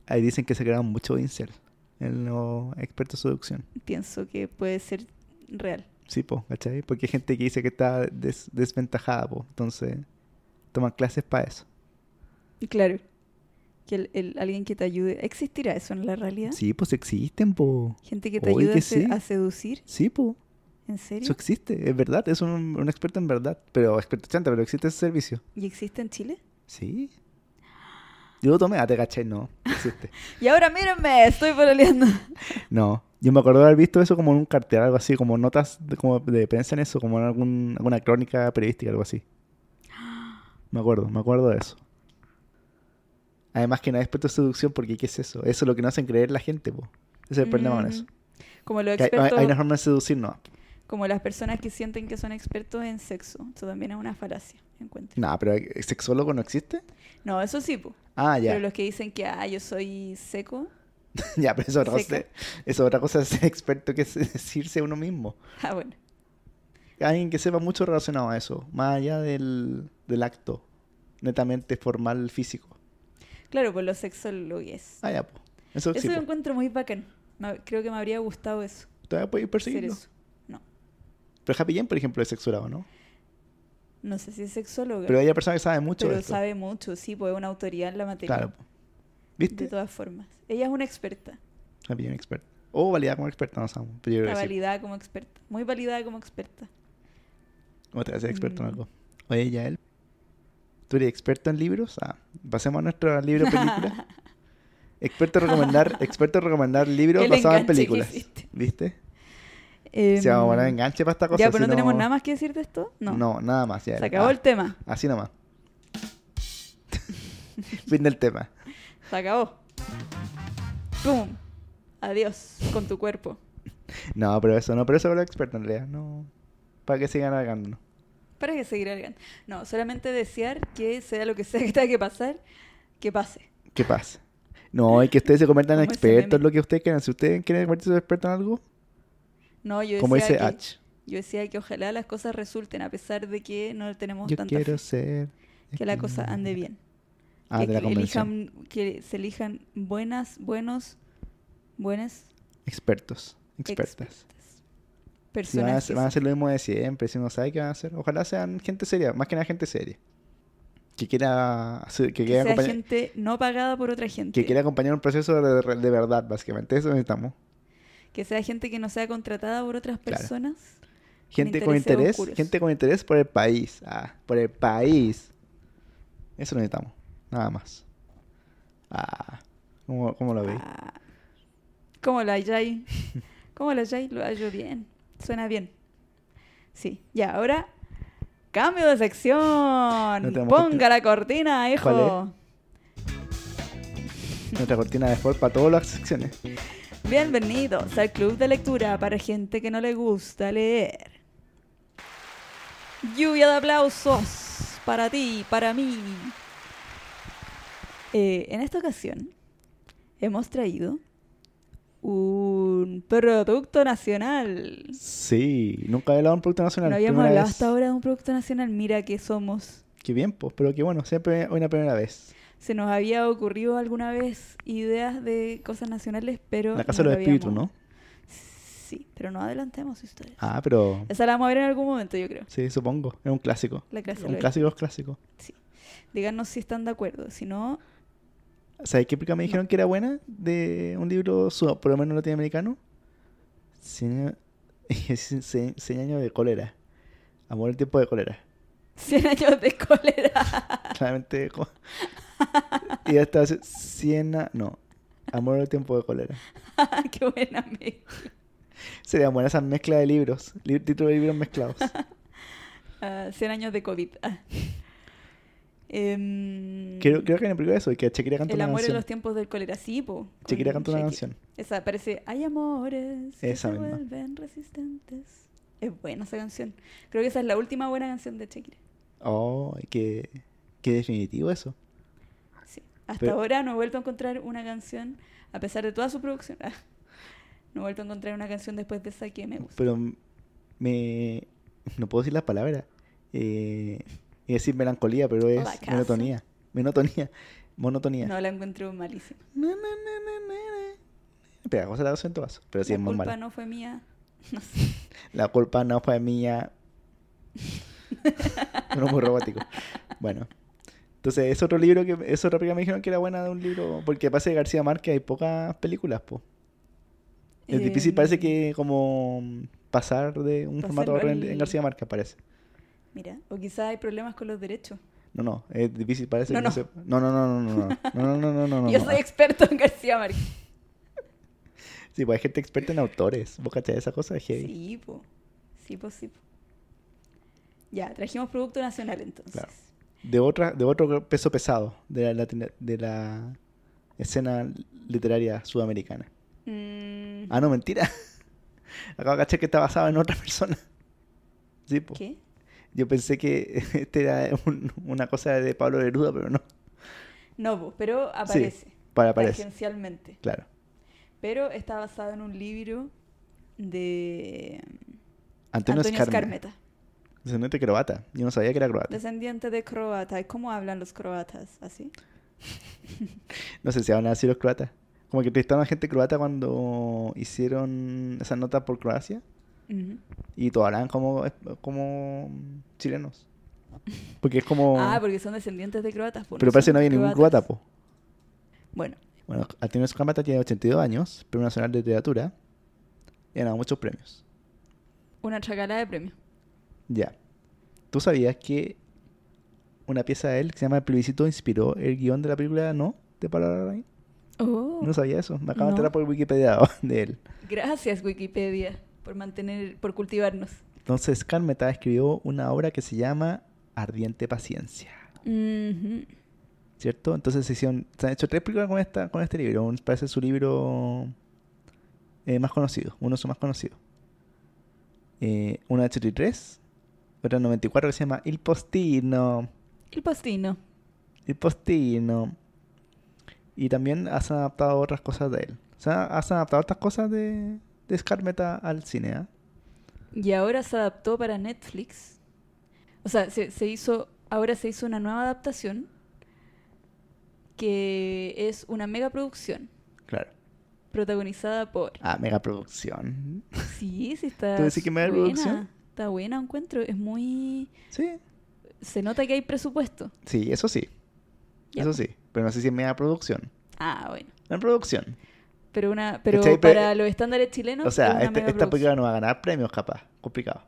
Ahí dicen que se crearon mucho incel en los expertos en seducción.
pienso que puede ser real.
Sí, po, ¿cachai? Porque hay gente que dice que está des- desventajada, po. Entonces, toman clases para eso.
Claro. Que el- el- alguien que te ayude. ¿Existirá eso en la realidad?
Sí, pues existen, po.
Gente que te
Oye,
ayude
que
a, se-
sí.
a seducir.
Sí, po.
¿En
Eso
serio?
existe, es verdad. Es un, un experto en verdad. Pero experto chanta, pero existe ese servicio.
¿Y existe en Chile?
Sí. Yo lo tomé, ah, te caché, no. Existe.
Y ahora mírenme, estoy pololeando.
No. Yo me acuerdo de haber visto eso como en un cartel, algo así, como notas de, como de prensa en eso, como en algún, alguna crónica periodística, algo así. Me acuerdo, me acuerdo de eso. Además que no hay experto en seducción porque ¿qué es eso? Eso es lo que no hacen creer la gente, po. Ese es el problema con
Mm.
eso.
Como los
Que hay- hay,
expertos,
hay una forma de seducir, no.
como las personas que sienten que son expertos en sexo. Eso también es una falacia, encuentro.
No, pero ¿el sexólogo no existe.
No, eso sí, po.
Ah, ya.
Pero los que dicen que, ah, yo soy seco.
Ya, pero eso es otra cosa,
Seca.
eso es otra cosa de ser experto que es decirse a uno mismo.
Ah, bueno.
Alguien que sepa mucho relacionado a eso, más allá del, del acto netamente formal físico.
Claro, pues los sexólogos.
Ah, ya, pues. Eso, sí,
Eso lo
po.
encuentro muy bacán. Me- Creo que me habría gustado eso.
Todavía podéis
Hacer
perseguirlo.
eso. No.
Pero Happy Jane, por ejemplo, es sexual, ¿no?
No sé si es sexóloga.
Pero
Pero,
hay personas que saben mucho de esto.
sabe mucho, sí, pues es una autoridad en la materia.
Claro, po.
De
¿Viste?
todas formas. Ella es una experta.
Happy Jane experta. O validada como experta, no sabemos. Pero yo creo
Está
que sí.
validada como experta. Muy validada como experta.
Otra vez experto en
Mm.
algo. Oye, Yael, ¿tú eres experto en libros? Ah, pasemos a nuestro libro película. experto en recomendar, experto en recomendar libros
El
basados en
enganche que
películas.
hiciste.
¿Viste?
Eh,
Se va a poner enganche para esta cosa.
ya, pero
si
no tenemos nada más que decir de esto. No.
No, nada más. Yael.
Se acabó
Ah,
el tema.
Así nomás. fin del tema.
Se acabó. ¡Pum! Adiós con tu cuerpo.
No, pero eso no, pero eso es lo experto en realidad. No. Para que sigan alargándonos.
Para que seguir adelante. No, solamente desear que sea lo que sea que tenga que pasar, que pase.
¿Qué pasa? No, y que ustedes se conviertan en
Como ese
expertos en
meme.
lo que ustedes quieran. Si ustedes quieren convertirse en expertos en algo,
No, yo
como
decía
dice
que-
H.
Yo decía que ojalá las cosas resulten a pesar de que no tenemos
Yo
tanta
quiero
fe,
ser.
que la cosa ande bien,
Ah,
que,
de la
que
convención.
elijan, que se elijan buenas, buenos, Buenas
Expertos. Expertas.
expertas.
Si van, a,
Personas.
hacer- van a hacer lo mismo de siempre, si uno sabe qué van a hacer. Ojalá sean gente seria, más que nada gente seria. Que quiera, hacer- que
que
quiera,
sea
acompañar,
gente no pagada por otra gente.
que quiera acompañar un proceso de, de verdad, básicamente. Eso necesitamos.
Que sea gente que no sea contratada por otras
Claro.
personas.
Gente con
intereses
interés,
oscuros.
gente con interés por el país. Ah, por el país. Eso necesitamos. Nada más. Ah, ¿cómo, cómo lo veis?
Ah. ¿Cómo la Jai? ¿Cómo la Jai? Lo hallo bien. Suena bien. Sí. Y ahora, cambio de sección.
No tenemos
Ponga la cortina, hijo.
Nuestra cortina de sport para todas las secciones.
Bienvenidos al club de lectura para gente que no le gusta leer. Lluvia de aplausos para ti, para mí. Eh, en esta ocasión hemos traído un producto nacional.
Sí, nunca he hablado de un producto nacional.
No habíamos
Primera
hablado
vez.
hasta ahora de un producto nacional. Mira que somos.
Qué bien, pues, pero qué bueno, siempre una primera vez.
Se nos había ocurrido alguna vez ideas de cosas nacionales, pero.
la casa
no
de los
lo
espíritus,
habíamos-
¿no?
Sí, pero no adelantemos historia.
Ah, pero
Esa la vamos a ver en algún momento, yo creo.
sí, supongo, es un clásico.
La clase
un
lo es.
clásico de los clásicos.
Díganos si están de acuerdo. Si no,
¿Sabes qué película me dijeron que era buena? De un libro, sud- por lo menos latinoamericano. Cien, cien- cien años de cólera. Amor en tiempo de cólera.
100 años de cólera.
Claramente. co- y hasta hace 100. a- No. Amor en tiempo de cólera.
Qué buena amigo.
Serían buenas esas mezclas de libros. li- títulos de libros mezclados.
100 años de COVID. Ah. Em,
creo, creo que en el primero eso, y que Shakira canta
el
una
amor en
canción.
los tiempos del cólera, sí, po. con
Shakira canta una
Shakira.
canción.
Esa parece, hay amores que
Esa
se
misma.
vuelven resistentes. Es buena esa canción. Creo que esa es la última buena canción de Shakira.
Oh, qué, qué definitivo eso.
Sí. Hasta
Pero-
ahora no he vuelto a encontrar una canción, a pesar de toda su producción. ah, no he vuelto a encontrar una canción después de esa que me gusta.
Pero m- me. No puedo decir la palabra. Eh, iba a decir melancolía, pero es
Fracaso.
monotonía. Monotonía. Monotonía.
No la encuentro malísima.
Na, na, na, na, na, na. Pegajosa la voz en todas. Pero sí
la
es muy
culpa
mala.
no fue mía.
La culpa no fue mía. Uno muy robótico. Bueno. Entonces, es otro libro que. Es otra película que me dijeron que era buena de un libro. Porque pasa de García Márquez hay pocas películas, po. Es difícil,
Em,
parece que como mm, pasar de un formato a otro
pasarlo
en, en
al-
García Márquez, parece.
Mira, o quizás hay problemas con los derechos.
No, no, es difícil, parece
No,
que
no.
se- no, no, no, no, no, no, no, no, no, no, no,
Yo
no.
soy experto en García Márquez.
Sí, pues hay gente experta en autores, vos cachai esa cosa, es heavy.
Sí, po. Sí, po, sí, po. Ya, trajimos producto nacional entonces.
Claro. De, otra, de otro peso pesado de la, latina- de la escena literaria sudamericana.
Mm,
Ah, no, mentira. Acabo de cachar que está basado en otra persona. Sí, pues.
¿Qué?
Yo pensé que este era un- una cosa de Pablo Neruda, pero no.
No, po, pero aparece.
Para, parece.
Tangencialmente.
Claro.
Pero está basado en un libro de
Antonio,
Antonio
Escarmeta.
Scarmeta,
Descendiente croata. Yo no sabía que era croata.
descendiente de croata. ¿Cómo hablan los croatas? ¿Así?
No sé si van a decir los croatas. Como que entrevistaron a gente croata cuando hicieron esa nota por Croacia.
Ujú.
Y todos hablan como, como chilenos. Porque es como...
Ah, porque son descendientes de croatas. po,
Oh. pero parece que no
son
había ningún
croatas.
croata, po.
Bueno,
Bueno, Antonio Escarmeta tiene 82 años. Premio Nacional de Literatura. Y ha ganado muchos premios.
una chacalada de premios.
Ya. ¿Tú sabías que una pieza de él que se llama El plebiscito inspiró el guión de la película No? De Pablo Larraín.
Oh,
No sabía eso. Me acabo de
No.
enterar por Wikipedia ahora de él.
gracias Wikipedia por mantener, por cultivarnos.
Entonces, Carmeta escribió una obra que se llama Ardiente Paciencia,
Ujú.
¿cierto? Entonces se, hicieron, se han hecho tres películas con, esta, con este libro. Un- Parece su libro eh, más conocido, uno de sus más conocidos. Eh, una de 83, otra de 94 que se llama Il Postino.
El postino.
Il Postino. Y también has adaptado otras cosas de él. O sea, has adaptado otras cosas de, de Scarmeta al cine, ¿ah?
Y ahora se adaptó para Netflix. O sea, se, se hizo, ahora se hizo una nueva adaptación que es una mega producción
Claro.
protagonizada por...
Ah, producción.
Sí, sí está...
¿Tú decís que me da
buena,
producción?
Está buena, encuentro. Es muy...
Sí.
Se nota que hay presupuesto.
Sí, eso sí.
Ya,
Eso
pues.
sí. Pero no sé si es mega producción.
Ah, bueno.
En producción.
Pero una pero
¿Cachai? Pero- eh,
para los estándares chilenos
o
es
sea,
una
este-
mega
esta
producción.
película no va a ganar premios, capaz. Complicado.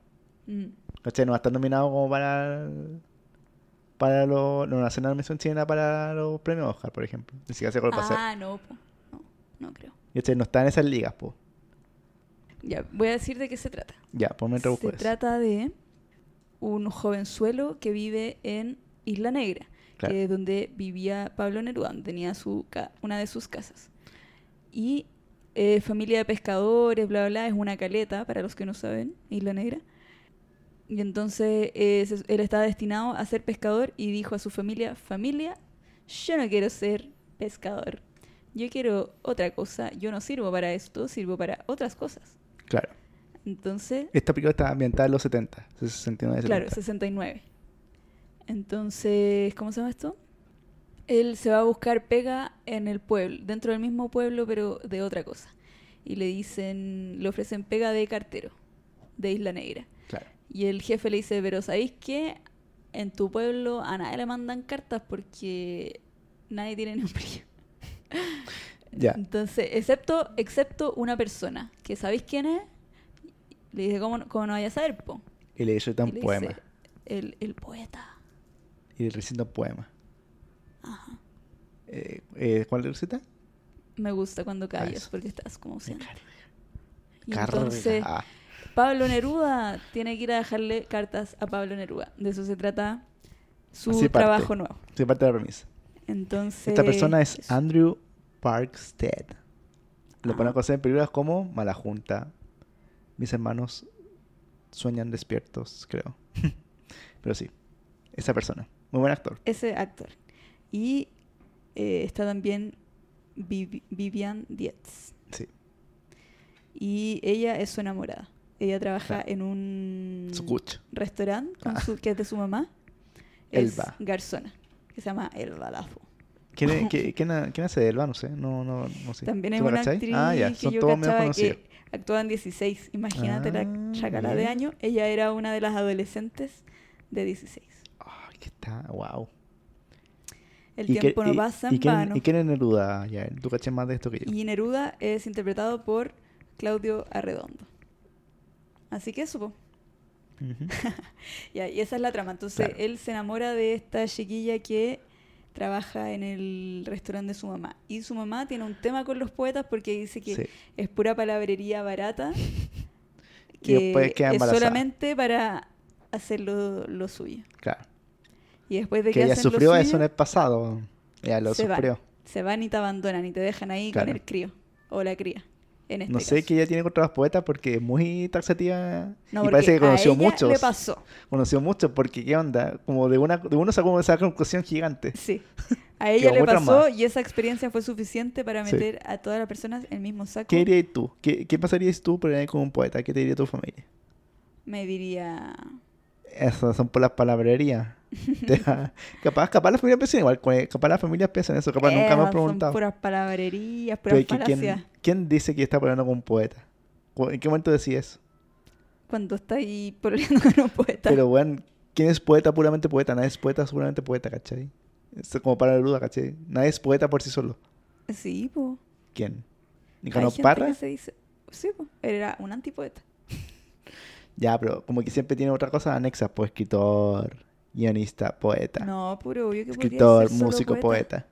Mm.
¿Cachai? No va a estar nominado como para. Para los. No, no hace una nominación chilena para los premios Oscar, por ejemplo. Ni siquiera sé cuál va a ser.
Ah, no, po. no, no creo.
¿Cachai? No está en esas ligas, po.
Ya, voy a decir de qué se trata.
Ya, por mientras busco
Se
eso.
trata de un jovenzuelo que vive en Isla Negra,
Claro.
que es eh, donde vivía Pablo Neruda, donde tenía su ca- una de sus casas. Y eh, familia de pescadores, bla, bla, bla, es una caleta, para los que no saben, Isla Negra. Y entonces eh, se- él estaba destinado a ser pescador y dijo a su familia, familia, yo no quiero ser pescador. Yo quiero otra cosa, yo no sirvo para esto, sirvo para otras cosas.
Claro.
Entonces
Esta película está ambientada en los 70, 69
Claro, 69. Entonces, ¿cómo se llama esto? Él se va a buscar pega en el pueblo, dentro del mismo pueblo, pero de otra cosa. Y le dicen, le ofrecen pega de cartero, de Isla Negra.
Claro.
Y el jefe le dice, pero ¿sabéis qué? En tu pueblo a nadie le mandan cartas porque nadie tiene nombre.
Ya.
Entonces, excepto, excepto una persona, que ¿sabéis quién es? Le dice, ¿cómo, no- cómo no vaya a saber, po?
Y le recita
Y
un
le
poema.
dice, el, el poeta.
Y le recita un poema.
Ajá.
Eh, eh, ¿Cuál le recita?
Me gusta cuando
Ah,
callas
eso.
porque estás como
Me
siendo.
carga.
Y
Carga.
entonces,
Ah,
Pablo Neruda tiene que ir a dejarle cartas a Pablo Neruda. De eso se trata su
Así parte.
trabajo nuevo.
soy parte de la premisa.
Entonces.
Esta persona es
eso.
Andrew Parkstead. Lo
Ah.
ponen a conocer en películas como Mala Junta. Mis hermanos sueñan despiertos, creo. Pero sí, esa persona. Muy buen actor.
Ese actor. Y eh, está también Vivi- Vivian Dietz.
Sí.
Y ella es su enamorada. Ella trabaja
Claro.
en un
Ah. Su cucho.
restaurante con
Ah.
su- que es de su mamá.
Elba.
Es garzona. Que se llama Elba Lafo.
¿Quién, es- qué- quién ha- quién hace de Elba? No sé. No, no, no sé.
También es
¿Tú la
una
cachai?
actriz
Ah, ya.
que
Son
yo
todos menos
cachaba
conocidos.
que actuaba en 16. Imagínate
Ah,
la chacala de
mira.
año. Ella era una de las adolescentes de 16.
Ay, que está. Wow.
El
¿Y qué-
tiempo no
y-
pasa
y
en
quién-
vano.
¿Y quién es Neruda? Ya, tú caché más de esto que yo.
Y Neruda es interpretado por Claudio Arredondo. Así que eso, po.
Ujú.
Ya, y esa es la trama. Entonces
Claro.
él se enamora de esta chiquilla que trabaja en el restaurante de su mamá. Y su mamá tiene un tema con los poetas porque dice que
Sí.
es pura palabrería barata
Y después queda
es
embarazada.
solamente para hacer lo, lo suyo.
Claro.
Y después de que,
Que ella
hacen lo
sufrió eso en
suyo,
el pasado. Ella lo
se van.
sufrió.
se van y te abandonan y te dejan ahí
Claro.
con el crío o la cría. En este
no sé
caso.
qué ella tiene contra los poetas porque es muy taxativa
No,
y
porque
parece que
a
conoció
ella
muchos.
Le pasó.
Conoció muchos porque, ¿qué onda? Como de, una, de uno sacó esa conclusión gigante.
Sí. A ella
Quedó
le
muy
pasó
traumada.
y esa experiencia fue suficiente para
Sí.
meter a todas las personas en el mismo saco.
¿Qué dirías tú? ¿Qué, qué pasarías tú por ahí con un poeta? ¿Qué te diría tu familia?
Me diría.
Esas son por las palabrerías. Te da- capaz, capaz las familias piensan igual. con- Capaz las familias piensan eso. Capaz nunca me
"Esas
han preguntado.
Eh, Son puras palabrerías,
Pero
puras
es que
falacias.
¿quién, quién dice que está peleando con un poeta? ¿Cu- ¿En qué momento decís eso?
Cuando está ahí pololeando con un poeta.
Pero, weón, ¿quién es poeta puramente poeta? Nadie es poeta puramente poeta, ¿cachai? Es como para la duda, ¿cachai? Nadie es poeta por sí solo.
Sí, po.
¿Quién?
Hay
¿Nicanor
gente
Parra?
que se dice. Sí, po. Era un antipoeta.
Ya, pero como que siempre tiene otra cosa anexa, pues escritor, guionista, poeta,
No, puro obvio que podría
escritor,
ser solo
músico, poeta.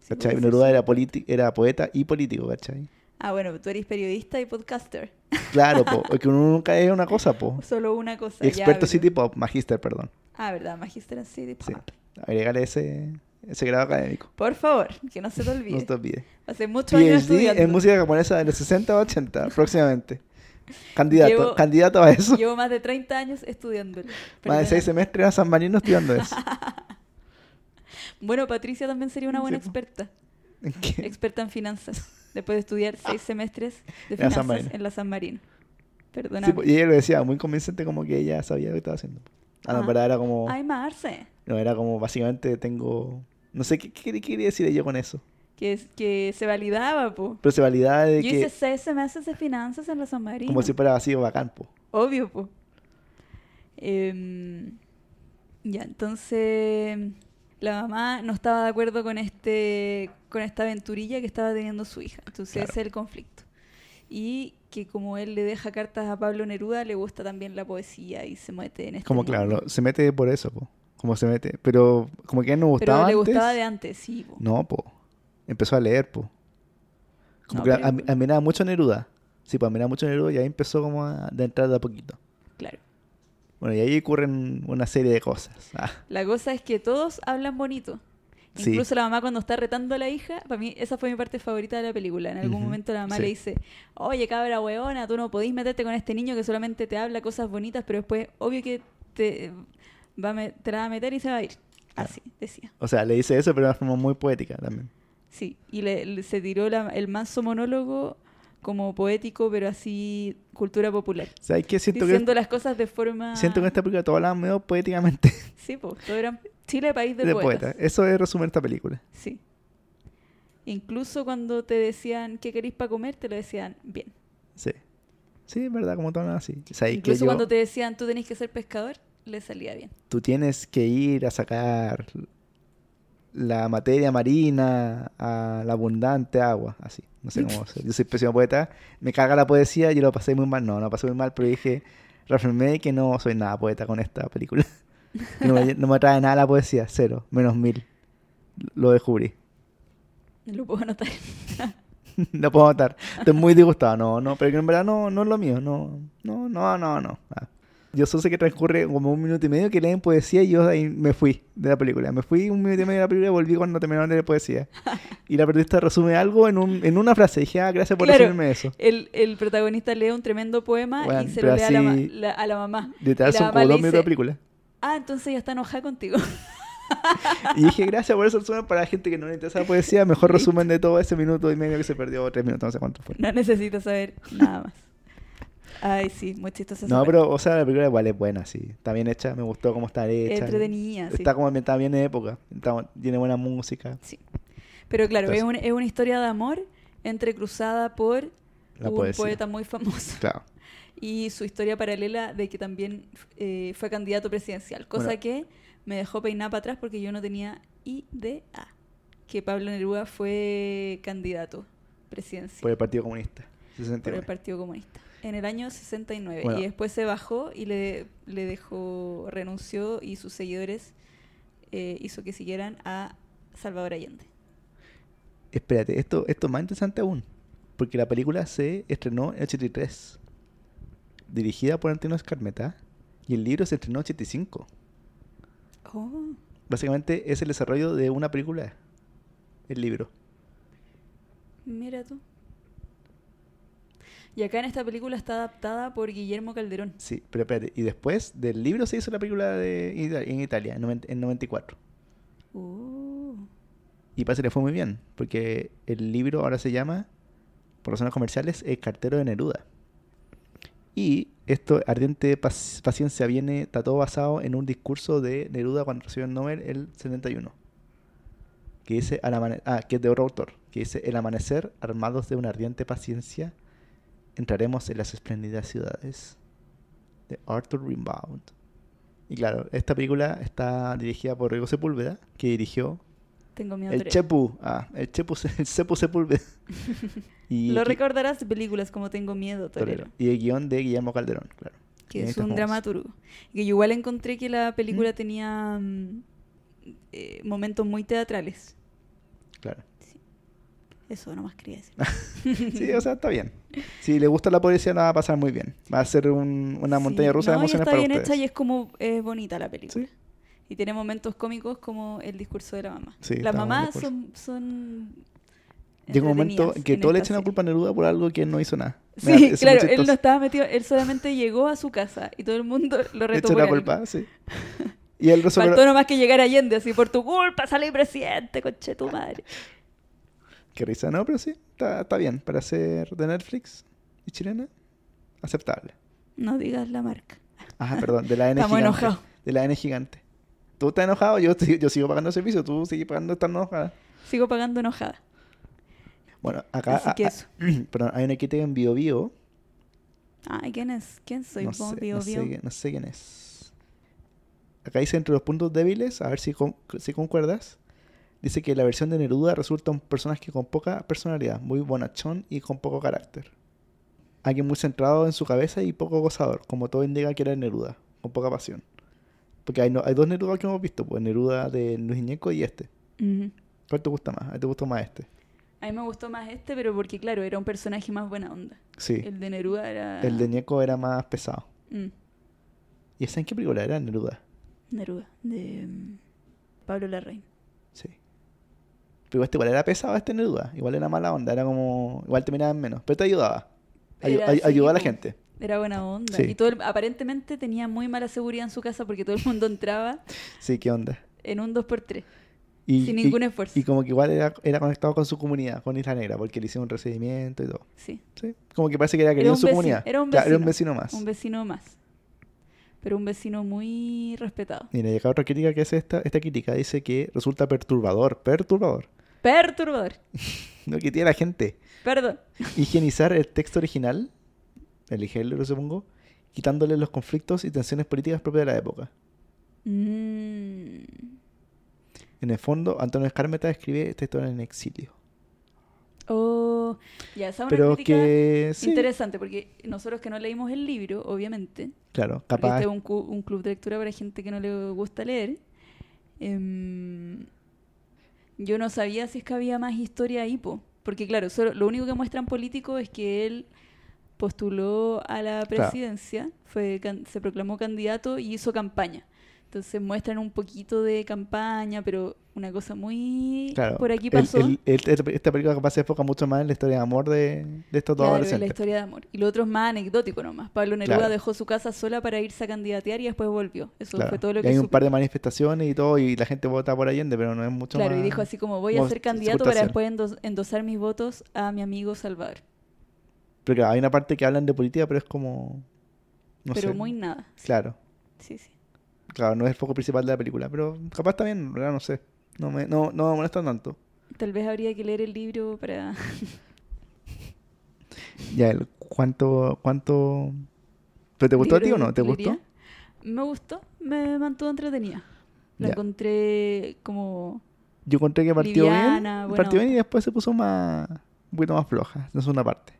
Sí,
¿Cachai?
podría ser
Neruda
solo
era,
poeta.
politi- era poeta y político, ¿cachai?
Ah, bueno, tú eres periodista y podcaster.
Claro, po, es que uno nunca es una cosa, po.
Solo una cosa. ya,
Experto
pero-
City Pop, magíster, perdón.
Ah, verdad, magíster en City
Sí.
Pop.
Agregale ese, ese grado académico.
Por favor, que no se te
No
olvide.
se te olvide.
Hace muchos años
PhD
estudiando.
en música japonesa de los 60 o 80, próximamente. Candidato,
Llevo-
candidato a eso.
Llevo más de 30 años estudiándolo.
Más de
Perdona.
seis semestres a San Marino estudiando eso.
Bueno, Patricia también sería una buena
Sí, po.
experta.
¿En qué?
Experta en finanzas. Después de estudiar seis semestres
Ah.
de
En la San
finanzas
Marino.
en la San Marino. Perdóname.
Sí, po, y ella lo decía, muy convincente como que ella sabía lo que estaba haciendo. Ah, no,
Ah.
pero era como,
Ay, Marce.
no, era como básicamente tengo, no sé qué, qué- qué quería decir ella con eso.
que, es- que se validaba, po.
Pero se validaba de
Yo hice
que,
seis semestres de finanzas en la San Marino.
como si fuera vacío bacán, po.
Obvio, po. Em, ya, entonces la mamá no estaba de acuerdo con este con esta aventurilla que estaba teniendo su hija. Entonces
Claro.
ese es el conflicto. Y que como él le deja cartas a Pablo Neruda, le gusta también la poesía y se mete en este
Como
mundo.
claro, lo- se mete por eso, po. Como se mete. Pero como que a él no
Pero
gustaba
le
antes.
gustaba de antes, sí. po.
No, po. Empezó a leer, po. Como
No,
que
pero-
am- admiraba mucho a Neruda. Sí, pues admiraba mucho a Neruda y ahí empezó como a de entrar de a poquito.
Claro.
Bueno, y ahí ocurren una serie de cosas. Ah,
La cosa es que todos hablan bonito.
Sí.
Incluso la mamá cuando está retando a la hija, para mí esa fue mi parte favorita de la película. En algún
Ujú,
momento la mamá
sí.
le dice, oye cabra hueona, tú no podís meterte con este niño que solamente te habla cosas bonitas, pero después obvio que te, va a me- te la va a meter y se va a ir.
Claro.
Así, decía.
o sea, le dice eso, pero de una forma muy poética también.
Sí, y le, le- se tiró la- el manso monólogo como poético, pero así cultura popular.
¿Sabes qué? Siento
diciendo
que,
las cosas de forma...
siento que en esta película todos hablan medio poéticamente
Sí, pues, todo era Chile, país de,
de
poetas.
poeta. Eso es resumir esta película.
Sí. Incluso cuando te decían qué querís para comer, te lo decían bien.
Sí. Sí, es verdad, como todo hablan así. ¿Sabes que
Incluso
yo,
cuando te decían tú tenés que ser pescador, le salía bien.
tú tienes que ir a sacar la materia marina a la abundante agua, así. No sé cómo hacer. Yo soy pésimo poeta, me caga la poesía, yo lo pasé muy mal. No, no pasé muy mal, pero dije, reafirmé que no soy nada poeta con esta película. Y no, me, no me atrae nada la poesía, cero, menos mil. Lo descubrí.
Lo puedo anotar.
No puedo matar. Estoy muy disgustado. No, no, pero que en verdad no, no es lo mío. No, no, no, no, no. Ah. Yo solo sé que transcurre como un minuto y medio que leen poesía y yo de ahí me fui de la película. Me fui un minuto y medio de la película y volví cuando terminaron de leer poesía. Y la periodista resume algo en, un, en una frase. Dije, ah, gracias por
Claro.
resumirme eso.
El, el protagonista lee un tremendo poema
Bueno,
y se
pero
lo lee a, la, ma-
así-
la- a la mamá.
Literal,
Y la
son
mamá
como
le
dos minutos de
dice,
la película.
Ah, entonces ya está enojada contigo.
Y dije, gracias por eso resumen para la gente que no le interesa la poesía. Mejor resumen de todo ese minuto y medio que se perdió, o tres minutos, no sé cuánto fue.
No necesito saber nada más. Ay, sí, muy chistosa. esa
No,
parte.
pero, o sea, la película igual es buena, sí. Está bien hecha, me gustó cómo está hecha.
Entretenida, sí.
Está como ambientada bien en época. Está- tiene buena música.
Sí. Pero claro,
Entonces-
es, un- es una historia de amor entrecruzada por
La
un
poesía.
poeta muy famoso.
Claro.
y su historia paralela de que también eh, fue candidato presidencial, cosa
Bueno.
que me dejó peinar para atrás porque yo no tenía idea que Pablo Neruda fue candidato
Por
presidencial
el Partido Comunista.
por el
69.
Partido Comunista en el año 69
Bueno.
y después se bajó y le, le dejó, renunció y sus seguidores eh, hizo que siguieran a Salvador Allende.
Espérate, esto, esto es más interesante aún. Porque la película se estrenó en 83. Dirigida por Antonio Escarmeta. Y el libro se estrenó en 85.
Oh,
Básicamente es el desarrollo de una película. El libro.
mira tú. Y acá en esta película está adaptada por Guillermo Calderón.
Sí, pero espérate. Y después del libro se hizo la película de, Ita- en Italia, en, noven- en 94.
Uh,
Y parece que le fue muy bien, porque el libro ahora se llama, por razones comerciales, El cartero de Neruda. Y esto, Ardiente pas- Paciencia, viene, está todo basado en un discurso de Neruda cuando recibió el Nobel el 71. Que dice, al amane- ah, que es de otro autor, que dice, el amanecer, armados de una ardiente paciencia, entraremos en las espléndidas ciudades de Arthur Rimbaud. Y claro, esta película está dirigida por Rigo Sepúlveda, que dirigió
tengo miedo.
el
Tere.
Chepu. Ah, el Chepu, se- el Cepu Sepúlveda. Y
Lo
gui-
recordarás de películas como Tengo Miedo, Torero,
Torero. Y el guión de Guillermo Calderón, claro.
que es
Guionista
un
famoso.
dramaturgo. Que yo igual encontré que la película
¿Mm?
tenía mm, eh, momentos muy teatrales.
Claro.
Eso nomás quería decir.
Sí, o sea, está bien. Si le gusta la poesía, la va a pasar muy bien. Va a ser un- una
Sí,
montaña rusa de
no, y
emociones
está
para
bien
ustedes.
hecha y es como es bonita la película.
Sí.
Y tiene momentos cómicos como el discurso de la mamá.
Sí, está
Las
muy
mamás
discurso.
son, son
Llega un momento
entretenidas
que
en
todo le
esta
echan la
serie.
culpa a Neruda por algo que él no hizo nada. Me da-
Sí,
es muy
claro, él
chistoso.
no estaba metido, él solamente llegó a su casa y todo el mundo lo
Le
retó
echan
por
la
algo.
culpa, sí. Y él resolvió...
Faltó nomás que llegar Allende, así por tu culpa salí presidente, coche tu madre.
Qué risa, no, pero sí, está, está bien. Para ser de Netflix y chilena, aceptable.
No digas la marca.
Ah, perdón, de la N
Estamos
gigante.
enojados.
De la N gigante. Tú estás enojado, yo, estoy- yo sigo pagando el servicio, tú sigues pagando, estás enojada.
Sigo pagando enojada.
Bueno, acá
Así que
a- a-
eso.
perdón, hay una quita en Bio Bio.
Ay, ¿quién es? ¿Quién soy?
no,
Bo-
sé,
Bio
no, sé,
Bio.
quién- no sé quién es. Acá dice entre los puntos débiles, a ver si, con- si concuerdas. Dice que la versión de Neruda resulta un personaje con poca personalidad, muy bonachón y con poco carácter. Alguien muy centrado en su cabeza y poco gozador, como todo indica que era Neruda, con poca pasión. Porque hay, no- hay dos Neruda que hemos visto, pues Neruda de Luis Ñeco y este.
Ujú.
¿Cuál te gusta más? ¿A ti te gustó más este?
A mí me gustó más este, pero porque, claro, era un personaje más buena onda.
Sí. El,
El de Neruda era.
de Ñeco era más pesado.
Mm,
¿Y esa en qué película era Neruda?
Neruda, de mm, Pablo Larraín.
Sí. Pero este igual era pesado este Neruda. Igual era mala onda. Era como. Igual te miraban menos. Pero te ayudaba. Ayu-
Era
ay-
así,
ayudó a la
po.
gente.
Era buena onda.
Sí.
Y todo el- aparentemente tenía muy mala seguridad en su casa porque todo el mundo entraba
Sí, qué onda.
en un 2x3.
Y,
Sin
y-
ningún esfuerzo.
Y como que igual era, era conectado con su comunidad, con Isla Negra, porque le hicieron un recibimiento y todo.
Sí.
Sí. Como que parece que era
Era
querido en
un
su
veci-
comunidad.
era un
Claro,
vecino.
más.
Un vecino más. Pero un vecino muy respetado.
Mira, y acá otra crítica que es esta, esta crítica dice que resulta perturbador, perturbador,
Perturbador.
lo que tiene la gente.
Perdón.
Higienizar el texto original, eligerlo, supongo, quitándole los conflictos y tensiones políticas propias de la época.
Mm.
En el fondo, Antonio Escarmeta escribe esta historia en exilio.
Oh. Ya, esa es una
Pero
crítica
que sí,
interesante porque nosotros que no leímos el libro, obviamente,
claro,
Porque
capaz
este es un, cu- un club de lectura para gente que no le gusta leer. Em, yo no sabía si es que había más historia ahí, po. Porque claro, solo, lo único que muestran político es que él postuló a la presidencia, fue can- se proclamó candidato y hizo campaña. Entonces muestran un poquito de campaña, pero una cosa muy
claro,
por aquí
el-
pasó.
el- el- este- esta película capaz se enfoca mucho más en la historia de amor de, de estos dos
Claro, es la
adolescentes.
historia de amor. Y lo otro es más anecdótico nomás. Pablo Neruda
Claro.
dejó su casa sola para irse a candidatear y después volvió. Eso
Claro.
fue todo
Y
lo que
hay un
supe.
par de manifestaciones y todo, y la gente vota por Allende, pero no es mucho
Claro,
más.
y dijo así como voy a
como
ser
su-
candidato para
circunstancial.
después endos- endosar mis votos a mi amigo Salvador.
Pero claro, hay una parte que hablan de política, pero es como. No
pero
sé.
muy nada. Sí,
Claro,
Sí, sí.
claro, no es el foco principal de la película, pero capaz está bien, en realidad no sé. No me, no, no me molesta tanto.
Tal vez habría que leer el libro para...
Ya, el- ¿cuánto, cuánto. ¿Pero te gustó a ti o
libro
no?
de
¿Te gustó?
utilería. Me gustó, me mantuvo entretenida. La
Ya.
encontré como...
Yo encontré que partió
Liviana,
bien.
buena
Partió bien y
onda.
después se puso más. Un poquito más floja. No es una parte.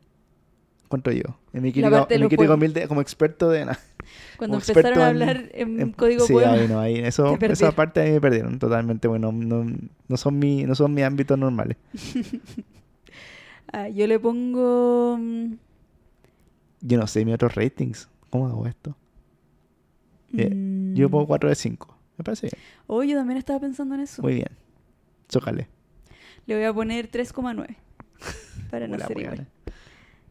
Encuentro yo. En mi
La
crítica,
parte de
en mi
los
crítica
juegos.
humilde, como experto de. na-
Cuando
como
empezaron
experto
a
en-
hablar en,
en-
código
Sí,
poema.
ahí no, ahí en eso, esa
Te perdieron.
parte ahí me perdieron totalmente. Bueno, no, no son mi, no son mis ámbitos normales.
Ah, yo le pongo... mm,
Yo no sé mis otros ratings. ¿Cómo hago esto? Bien,
mm,
Eh, Yo pongo 4 de 5. Me parece bien.
Oh, yo también estaba pensando en eso.
Muy bien. Chócale.
Le voy a poner 3,9. Para no
Hola,
ser igual.
buena.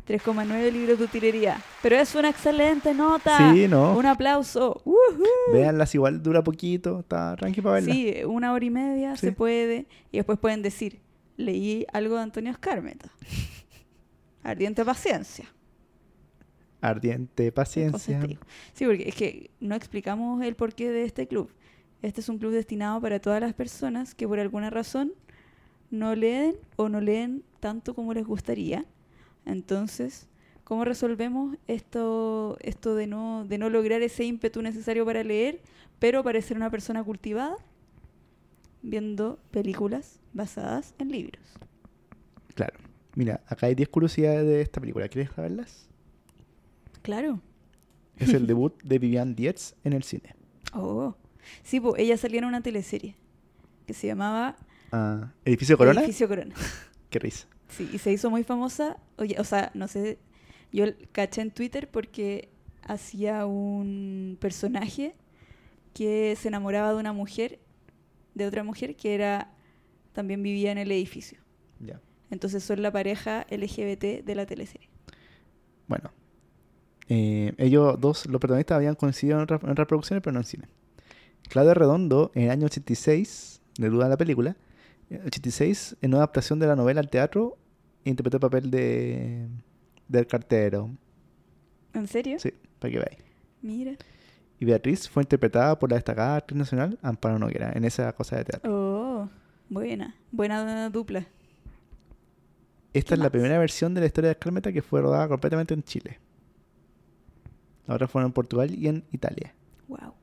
3,9 libros de utilería. Pero es una excelente nota.
Sí, ¿no?
Un aplauso. Ujú.
Veanlas, igual dura poquito. Está tranqui para verla.
Sí, una hora y media
Sí.
se puede. Y después pueden decir, leí algo de Antonio Escarmeta. Ardiente paciencia.
Ardiente,
Cosas
paciencia.
te digo. Sí, porque es que no explicamos el porqué de este club. Este es un club destinado para todas las personas que por alguna razón no leen o no leen tanto como les gustaría. Entonces, ¿cómo resolvemos esto, esto de, no, de no lograr ese ímpetu necesario para leer, pero parecer una persona cultivada? Viendo películas basadas en libros.
Claro. Mira, acá hay 10 curiosidades de esta película. ¿Quieres saberlas?
Claro.
Es el debut de Vivian Dietz en el cine.
Oh. Sí, po, ella salía en una teleserie que se llamaba
Ah, ¿Edificio Corona?
Edificio Corona.
Qué risa.
Sí, y se hizo muy famosa. Oye, o sea, no sé, yo l- caché en Twitter porque hacía un personaje que se enamoraba de una mujer, de otra mujer que era también vivía en el edificio.
Ya.
Entonces son la pareja LGBT de la teleserie.
Bueno. Eh, ellos dos, los protagonistas, habían coincidido en otras, en otras producciones, pero no en cine. Claudio Redondo, en el año 86, de duda de la película, eh, en 86, en una adaptación de la novela al teatro, interpretó el papel de del cartero.
¿En serio?
Sí, para que veáis.
Mira.
Y Beatriz fue interpretada por la destacada actriz nacional Amparo Noguera, en esa cosa de teatro.
Oh, buena, buena dupla.
Esta
¿Qué
es la
más?
primera versión de la historia de Escarmeta que fue rodada completamente en Chile. Ahora fueron en Portugal y en Italia.
Wow.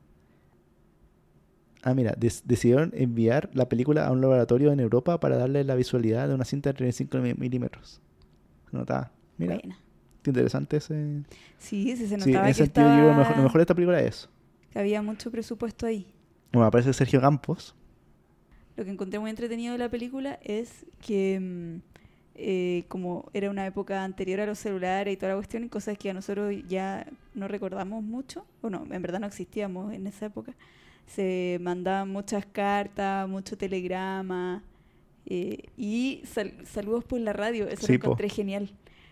Ah, mira, des- decidieron enviar la película a un laboratorio en Europa para darle la visualidad de una cinta de 35 mi- milímetros. Se notaba. Mira,
Buena.
qué interesante ese.
Sí, sí, se
Sí, en
notaba
ese
que,
sentido, yo creo que lo mejor, lo
estaba-
mejor de esta película es eso.
que había mucho presupuesto ahí.
Bueno, aparece Sergio Campos.
Lo que encontré muy entretenido de la película es que, mm, eh, como era una época anterior a los celulares y toda la cuestión, cosas que a nosotros ya no recordamos mucho, o no, en verdad no existíamos en esa época, se mandaban muchas cartas, mucho telegrama eh, y sal- saludos por la radio. Eso
Sí,
lo
po.
encontré genial.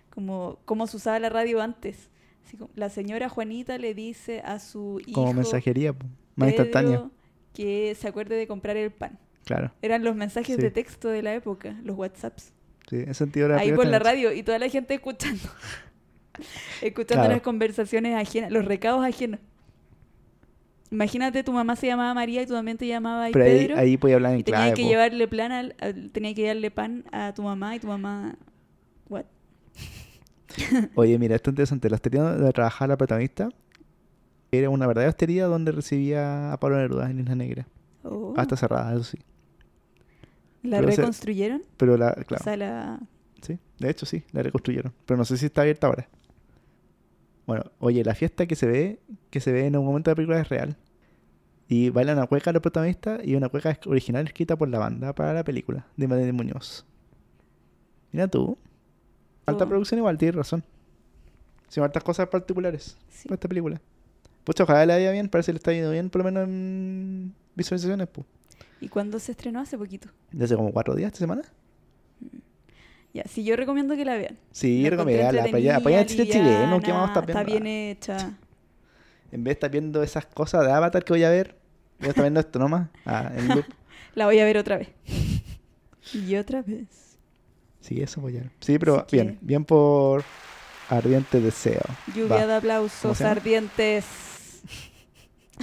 Como, como se usaba la radio antes. Así como, la señora Juanita le dice a su hijo
Como mensajería, po, más
Pedro,
instantánea.
que se acuerde de comprar el pan.
Claro,
Eran los mensajes
Sí.
de texto de la época, los WhatsApps.
sí, en ese sentido era
Ahí
película
por la
está bien
radio y toda la gente escuchando. escuchando
Claro.
las conversaciones ajenas, los recados ajenos. Imagínate, tu mamá se llamaba María y tú también te llamabas
hecha.
ahí
Pero ahí,
Pedro.
ahí podía hablar en
y tenía
clave.
que
po.
llevarle plan al- al- tenía que darle pan a tu mamá y tu mamá what?
Oye, mira, esto es interesante. La hostería donde trabajaba la protagonista era una verdadera hostería donde recibía a Pablo Neruda en Isla Negra.
Oh,
Hasta cerrada, eso sí.
¿La
pero se-
reconstruyeron?
Pero la,
O
claro,
sea, la
sí. De hecho, sí, la reconstruyeron. Pero no sé si está abierta ahora. Bueno, oye, la fiesta que se ve, que se ve en un momento de la película es real. Y baila una cueca los protagonistas y una cueca es- original escrita por la banda para la película de Madeleine Muñoz. Mira tú. Alta
Oh.
producción igual, tienes razón. Sin hartas cosas particulares.
sí.
para esta película. Pucha, ojalá le vaya bien, parece que le está yendo bien, por lo menos en visualizaciones, pues.
¿Y cuándo se estrenó? Hace poquito.
Desde como cuatro días esta semana.
Ya, sí, yo recomiendo que la vean.
Sí,
La encontré
recomendala, para allá, para allá
entretenida,
en Chile chileno, ¿qué vamos a estar
liviana, Está bien
viendo?
hecha.
En vez de estar viendo esas cosas de Avatar que voy a ver, voy a estar viendo esto nomás. Ah, en loop.
La voy a ver otra vez. Y otra vez.
Sí, eso voy a ver. Sí, pero
Así que-
bien, bien por Ardiente Deseo.
Lluvia
Va.
de
¿Cómo
aplausos
se llama?
ardientes.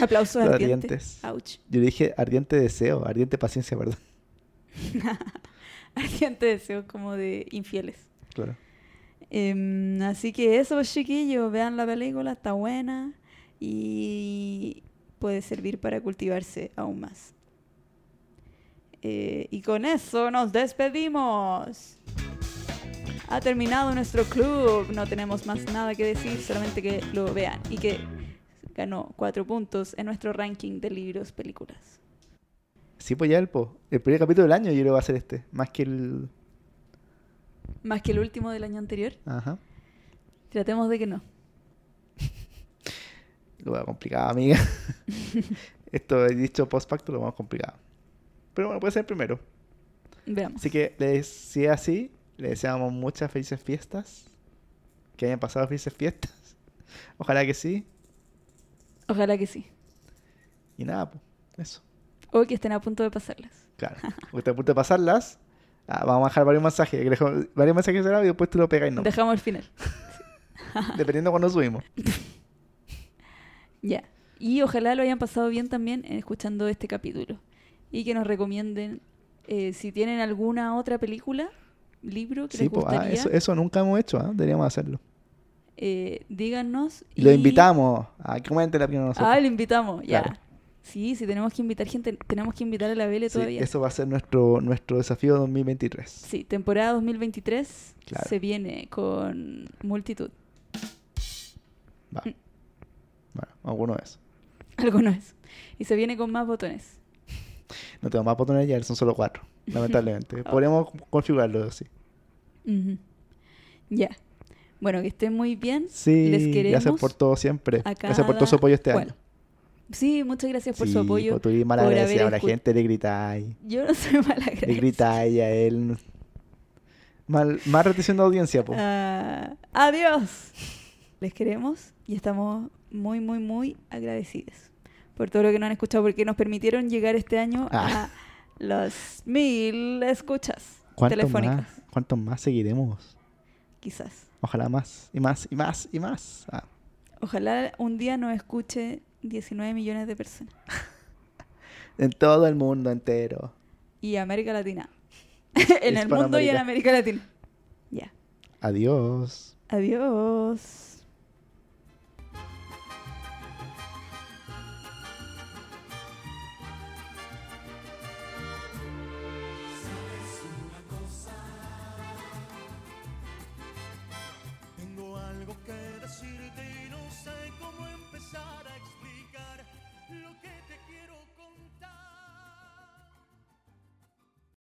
Aplausos
Los
ardientes.
ardientes.
Ouch.
Yo dije Ardiente Deseo, Ardiente Paciencia, perdón.
Ardientes deseos como de infieles.
Claro.
Em, así que eso, chiquillos, vean la película, está buena y puede servir para cultivarse aún más. Eh, y con eso nos despedimos. Ha terminado nuestro club, no tenemos más nada que decir, solamente que lo vean y que ganó cuatro puntos en nuestro ranking de libros, películas.
Sí, pues ya el, po. el primer capítulo del año yo creo que va a ser este, más que el...
Más que el último del año anterior,
Ajá.
tratemos de que no.
Lo veo complicado, amiga. Esto he dicho post-facto, lo más complicado. Pero bueno, puede ser primero.
Veamos.
Así que, les, si es así, le deseamos muchas felices fiestas. Que hayan pasado felices fiestas. Ojalá que sí.
Ojalá que sí.
Y nada, pues, eso.
O que estén a punto de pasarlas.
Claro. Usted a punto de pasarlas. Ah, vamos a dejar varios mensajes. que dejamos Varios mensajes de audio y después tú lo pegas y no.
Dejamos el final.
Dependiendo de cuándo subimos.
Ya. Y ojalá lo hayan pasado bien también eh, escuchando este capítulo. Y que nos recomienden eh, si tienen alguna otra película, libro que
Sí,
les
pues, ah,
gustaría.
eso, eso nunca hemos hecho, ¿ah? Deberíamos hacerlo.
eh, díganos.
Y lo invitamos a que comenten la primera nosotros.
Ah, lo invitamos, ya.
Claro.
Sí, sí, tenemos que invitar gente. Tenemos que invitar a la Vele
Sí,
todavía.
eso va a ser nuestro, nuestro desafío 2023.
Sí, temporada 2023
Claro.
se viene con multitud.
Va.
Mm.
Bueno, alguno de esos.
Algo no es. Y se viene con más botones.
No tengo más botones ya, son solo cuatro, lamentablemente. Podríamos configurarlo así.
Ujú. Ya. Bueno, que estén muy bien.
Sí,
Les queremos.
gracias por todo siempre.
a
Gracias por todo su
cada
apoyo este
cual.
año.
Sí, muchas gracias por
Sí, pues,
su apoyo.
por tu mal
por haber
agradecida a la
escu-
gente, le gritáis.
Yo no soy mala
Le gritáis a él. Mal, más retención de audiencia, pues. po.
Ah, adiós. Les queremos y estamos muy, muy, muy agradecidos por todo lo que nos han escuchado, porque nos permitieron llegar este año
Ah.
a las mil escuchas
¿Cuántos
telefónicas,
más? ¿Cuántos más seguiremos?
quizás.
Ojalá más, y más, y más, y más. Ah,
Ojalá un día nos escuche 19 millones de personas
en todo el mundo entero.
y América Latina. en el mundo y en
Hispanoamérica.
América Latina. Ya.
Adiós.
Adiós.
Tengo algo que decirte y no sé cómo empezar a explicar lo que te quiero